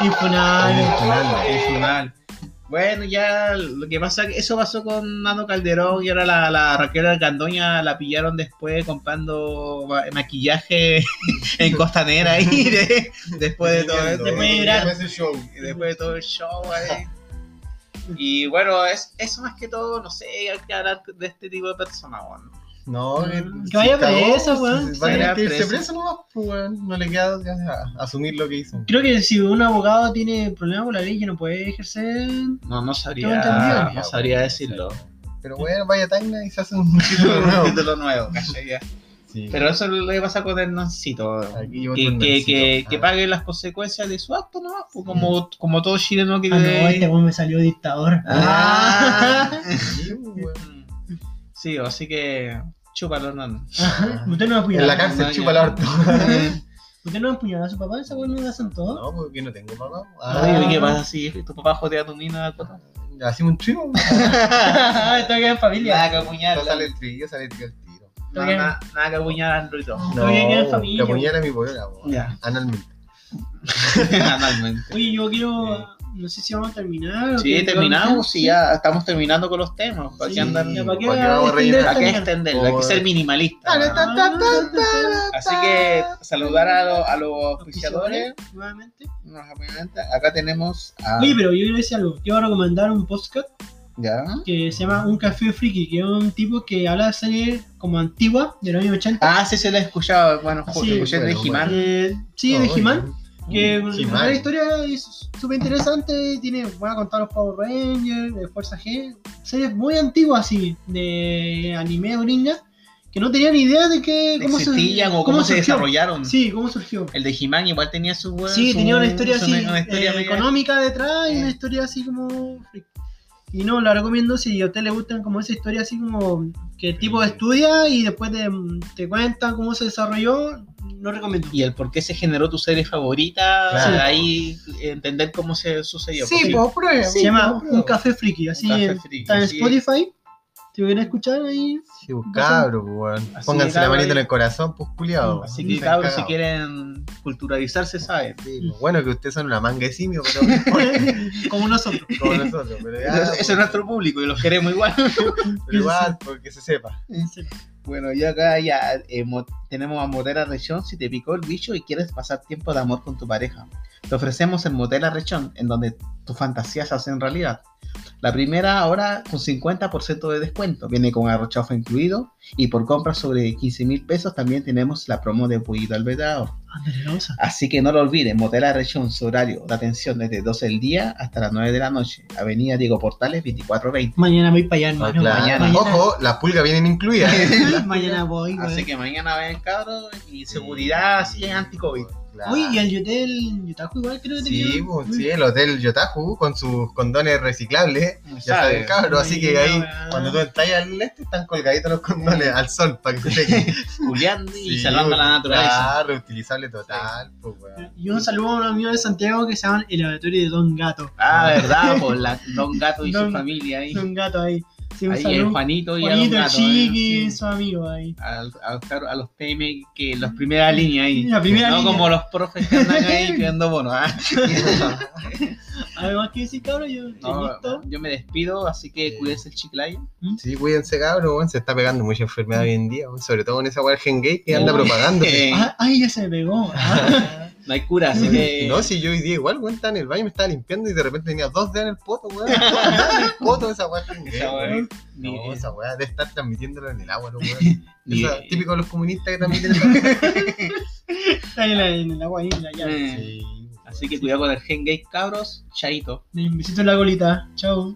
[SPEAKER 3] Infunable.
[SPEAKER 2] Ah,
[SPEAKER 5] Infunable.
[SPEAKER 2] Funal. Bueno, ya lo que pasa, que eso pasó con Nano Calderón y ahora la, la Raquel Argandoña la pillaron después comprando ma- maquillaje en Costanera ahí, de- después de todo esto.
[SPEAKER 3] Después de llorar.
[SPEAKER 5] Ese eh, show.
[SPEAKER 2] Después de todo el show ahí. Y bueno, es, eso más que todo, no sé, hay que hablar de este tipo de personas, weón.
[SPEAKER 5] No,
[SPEAKER 3] Que Ah, vaya
[SPEAKER 5] se cagó,
[SPEAKER 3] preso,
[SPEAKER 5] se-
[SPEAKER 3] weón.
[SPEAKER 5] Va a
[SPEAKER 2] Vaya
[SPEAKER 5] tener que irse
[SPEAKER 2] preso.
[SPEAKER 5] preso nomás, pues, weón. No le queda otra a- a asumir lo que hizo.
[SPEAKER 3] Creo que si un abogado tiene problemas con la ley que no puede ejercer.
[SPEAKER 2] No, no
[SPEAKER 3] Tengo
[SPEAKER 5] Ah,
[SPEAKER 3] entendido,
[SPEAKER 2] sabría, no sabría decirlo.
[SPEAKER 5] Pero bueno, vaya Tacna y se hace un título nuevo.
[SPEAKER 2] Título nuevo, ¿cachai? Ya.
[SPEAKER 5] Sí.
[SPEAKER 2] Pero eso lo que pasa con Hernancito.
[SPEAKER 5] Aquí otro
[SPEAKER 2] que, que, que,
[SPEAKER 5] Hernancito.
[SPEAKER 2] que
[SPEAKER 5] Ah.
[SPEAKER 2] pague las consecuencias de su acto, ¿no? Pues Como, como todo chileno que...
[SPEAKER 3] Ah, no, este weón me salió dictador.
[SPEAKER 2] Ah.
[SPEAKER 5] Sí, pues, weón.
[SPEAKER 2] Sí, así que chúpalo, Hernán. Ah.
[SPEAKER 3] Ajá. Usted no apuñaló.
[SPEAKER 5] En la cárcel
[SPEAKER 2] no,
[SPEAKER 5] chupa el
[SPEAKER 2] ya.
[SPEAKER 5] orto.
[SPEAKER 3] ¿Usted no apuñaló a su papá? ¿Esa weón no la sentó?
[SPEAKER 5] No, porque no tengo papá.
[SPEAKER 3] Ah.
[SPEAKER 2] Oye, ¿qué pasa si tu papá jotea a tu mina? Coto?
[SPEAKER 5] Ah, Hacemos un trío.
[SPEAKER 3] Esto queda en familia.
[SPEAKER 2] Nada que apuñalar.
[SPEAKER 5] No sale el trío, sale el trío al tiro.
[SPEAKER 2] Nada, nada- nada que apuñalar al ruido.
[SPEAKER 3] No, había que ir en familia.
[SPEAKER 5] Que apuñala a mi polera, weón.
[SPEAKER 2] Ya.
[SPEAKER 5] Analmente.
[SPEAKER 2] Normalmente.
[SPEAKER 3] Oye, yo quiero. No sé si vamos a terminar. o
[SPEAKER 2] Sí,
[SPEAKER 3] qué, ¿no?
[SPEAKER 2] terminamos y ya estamos terminando con los temas. ¿Para
[SPEAKER 3] Sí,
[SPEAKER 2] qué andar?
[SPEAKER 3] ya,
[SPEAKER 5] ¿para
[SPEAKER 3] ¿Para
[SPEAKER 5] qué
[SPEAKER 3] qué
[SPEAKER 5] vamos a
[SPEAKER 3] extender
[SPEAKER 5] rellenar?
[SPEAKER 3] esta
[SPEAKER 2] ¿Para qué
[SPEAKER 3] mierda?
[SPEAKER 2] extenderlo? Hay que ser minimalista.
[SPEAKER 3] ta, ta, ta, ta.
[SPEAKER 2] Así que saludar a, los- a los auspiciadores.
[SPEAKER 3] Nuevamente.
[SPEAKER 2] Nos apoyanta. Acá tenemos a.
[SPEAKER 3] Oye, pero yo quiero decir algo. Quiero recomendar un podcast
[SPEAKER 2] ¿Ya?
[SPEAKER 3] que se llama Un Café Friki, que es un tipo que habla de series como antiguas, de los años 80.
[SPEAKER 2] Ah, sí, se la he escuchado. Bueno, ju-
[SPEAKER 3] Sí.
[SPEAKER 2] escuché de
[SPEAKER 5] Bueno,
[SPEAKER 2] He-Man.
[SPEAKER 3] Eh, sí, de He-Man. Que
[SPEAKER 5] Mm, sí,
[SPEAKER 3] la
[SPEAKER 5] mal.
[SPEAKER 3] verdad, la historia es súper interesante, tiene, van a contar los Power Rangers, de Fuerza G, series muy antiguas así, de anime o gringa, que no tenían idea de que,
[SPEAKER 2] ¿Cómo existían o cómo se
[SPEAKER 3] surgió.
[SPEAKER 2] desarrollaron.
[SPEAKER 3] Sí, cómo surgió.
[SPEAKER 2] El de He-Man igual tenía su weón,
[SPEAKER 3] Sí,
[SPEAKER 2] su-
[SPEAKER 3] tenía una historia
[SPEAKER 2] su-
[SPEAKER 3] así
[SPEAKER 2] una historia
[SPEAKER 3] eh,
[SPEAKER 2] media-
[SPEAKER 3] económica detrás y
[SPEAKER 2] Eh.
[SPEAKER 3] una historia así como freak. Y no, la recomiendo si a usted le gustan como esa historia así como que el tipo estudia y después te, te cuentan cómo se desarrolló, no recomiendo.
[SPEAKER 2] Y el por qué se generó tu serie favorita,
[SPEAKER 5] Claro.
[SPEAKER 2] de ahí entender cómo se sucedió.
[SPEAKER 5] Sí,
[SPEAKER 2] porque-
[SPEAKER 5] pues prueba.
[SPEAKER 3] se llama Un Café Friki, así
[SPEAKER 2] Café
[SPEAKER 3] en-
[SPEAKER 2] Friki,
[SPEAKER 3] está en
[SPEAKER 2] así es.
[SPEAKER 3] Spotify. Si quieren escuchar ahí,
[SPEAKER 5] Sí, pues, cabro, pues, weón.
[SPEAKER 2] Así que,
[SPEAKER 5] Pónganse la
[SPEAKER 2] cabro,
[SPEAKER 5] manita en
[SPEAKER 2] ahí.
[SPEAKER 5] el corazón, pues culiado.
[SPEAKER 2] Así
[SPEAKER 5] Sí,
[SPEAKER 2] que cabros, si
[SPEAKER 5] cagao.
[SPEAKER 2] quieren culturalizarse, saben.
[SPEAKER 5] Sí, pues, bueno, que ustedes son una manga de simio, pero
[SPEAKER 3] como nosotros.
[SPEAKER 5] como nosotros. Pero ya,
[SPEAKER 2] Ese
[SPEAKER 5] pues,
[SPEAKER 2] es nuestro público y los queremos igual.
[SPEAKER 5] pero igual, porque se sepa.
[SPEAKER 2] Bueno, yo acá ya eh, mo- tenemos a Motel Arrechón. Si te picó el bicho y quieres pasar tiempo de amor con tu pareja, te ofrecemos el Motel Arrechón, en donde tus fantasías se hacen realidad. La primera ahora con 50% de descuento. Viene con arrochafa incluido. Y por compras sobre 15 mil pesos también tenemos la promo de Pulido al Vetador.
[SPEAKER 3] Andrés Loza.
[SPEAKER 2] Así que no lo olviden, Motel Arrechón, su horario de atención desde 12 del día hasta las 9 de la noche. Avenida Diego Portales, 2420.
[SPEAKER 3] Mañana voy para allá,
[SPEAKER 5] Ah,
[SPEAKER 3] hermano.
[SPEAKER 5] claro.
[SPEAKER 3] mañana.
[SPEAKER 5] Ojo, las pulgas vienen incluidas.
[SPEAKER 3] Mañana, mañana voy, güey.
[SPEAKER 2] Así que mañana ven, cabros, y seguridad así es anti-COVID.
[SPEAKER 5] Claro.
[SPEAKER 3] Uy, y el Yotel Yotaku igual creo que
[SPEAKER 5] Sí,
[SPEAKER 3] tenía.
[SPEAKER 5] pues,
[SPEAKER 3] Uy,
[SPEAKER 5] sí, el hotel Yotaku con sus condones reciclables.
[SPEAKER 2] Ya
[SPEAKER 5] Ya saben,
[SPEAKER 2] saben,
[SPEAKER 5] cabro. Así que ahí,
[SPEAKER 3] Mira,
[SPEAKER 5] cuando tú estás al este, están colgaditos los condones al sol para que se sequen.
[SPEAKER 2] culiando y
[SPEAKER 5] Sí,
[SPEAKER 2] salvando la
[SPEAKER 5] pues,
[SPEAKER 2] naturaleza.
[SPEAKER 5] Claro, reutilizable total, pues, weón.
[SPEAKER 3] Y un saludo a un amigo de Santiago que se llama El Laboratorio de Don Gato.
[SPEAKER 2] Ah, verdad, por la, Don Gato y
[SPEAKER 3] Don-
[SPEAKER 2] su familia ahí.
[SPEAKER 3] Don Gato ahí. Sí, un
[SPEAKER 2] Ahí el
[SPEAKER 3] saludo.
[SPEAKER 2] Juanito y a Don
[SPEAKER 3] Juanito, el
[SPEAKER 2] Gato.
[SPEAKER 3] Chiqui,
[SPEAKER 2] eh, sí.
[SPEAKER 3] su amigo ahí.
[SPEAKER 2] Al- al- claro, A, los PM que los primera línea ahí.
[SPEAKER 3] La primera
[SPEAKER 2] no
[SPEAKER 3] línea.
[SPEAKER 2] como los profes que andan ahí pidiendo bonos. ah.
[SPEAKER 3] Además que decir, cabrón, yo estoy
[SPEAKER 2] No,
[SPEAKER 3] listo.
[SPEAKER 2] yo me despido, así que cuídense el chiclayo.
[SPEAKER 5] Sí, cuídense, cabro, weón. Se está pegando mucha enfermedad hoy en día, weón, sobre todo con esa weá gen gay que anda
[SPEAKER 2] Oh.
[SPEAKER 5] propagando.
[SPEAKER 2] Eh,
[SPEAKER 3] Ah, ay, ya se me pegó. Ah,
[SPEAKER 2] no hay cura, así que.
[SPEAKER 5] No, si yo hoy día igual, weón, estaba en el baño y me estaba limpiando y de repente tenía dos dedos en el poto, weón. Dos dedos en el poto, esa weá gen gay.
[SPEAKER 2] Esa weá,
[SPEAKER 5] weón.
[SPEAKER 2] eh. ni-
[SPEAKER 5] No, esa weá de estar transmitiéndolo en el agua, no, weón.
[SPEAKER 2] ni-
[SPEAKER 5] Esa- Típico de los comunistas que transmiten esa weá.
[SPEAKER 3] Está en, la, en el agua ahí, en la llave.
[SPEAKER 2] eh, Así que cuidado con el gen gay, cabros. Chaito.
[SPEAKER 3] Un besito en la colita. Chao.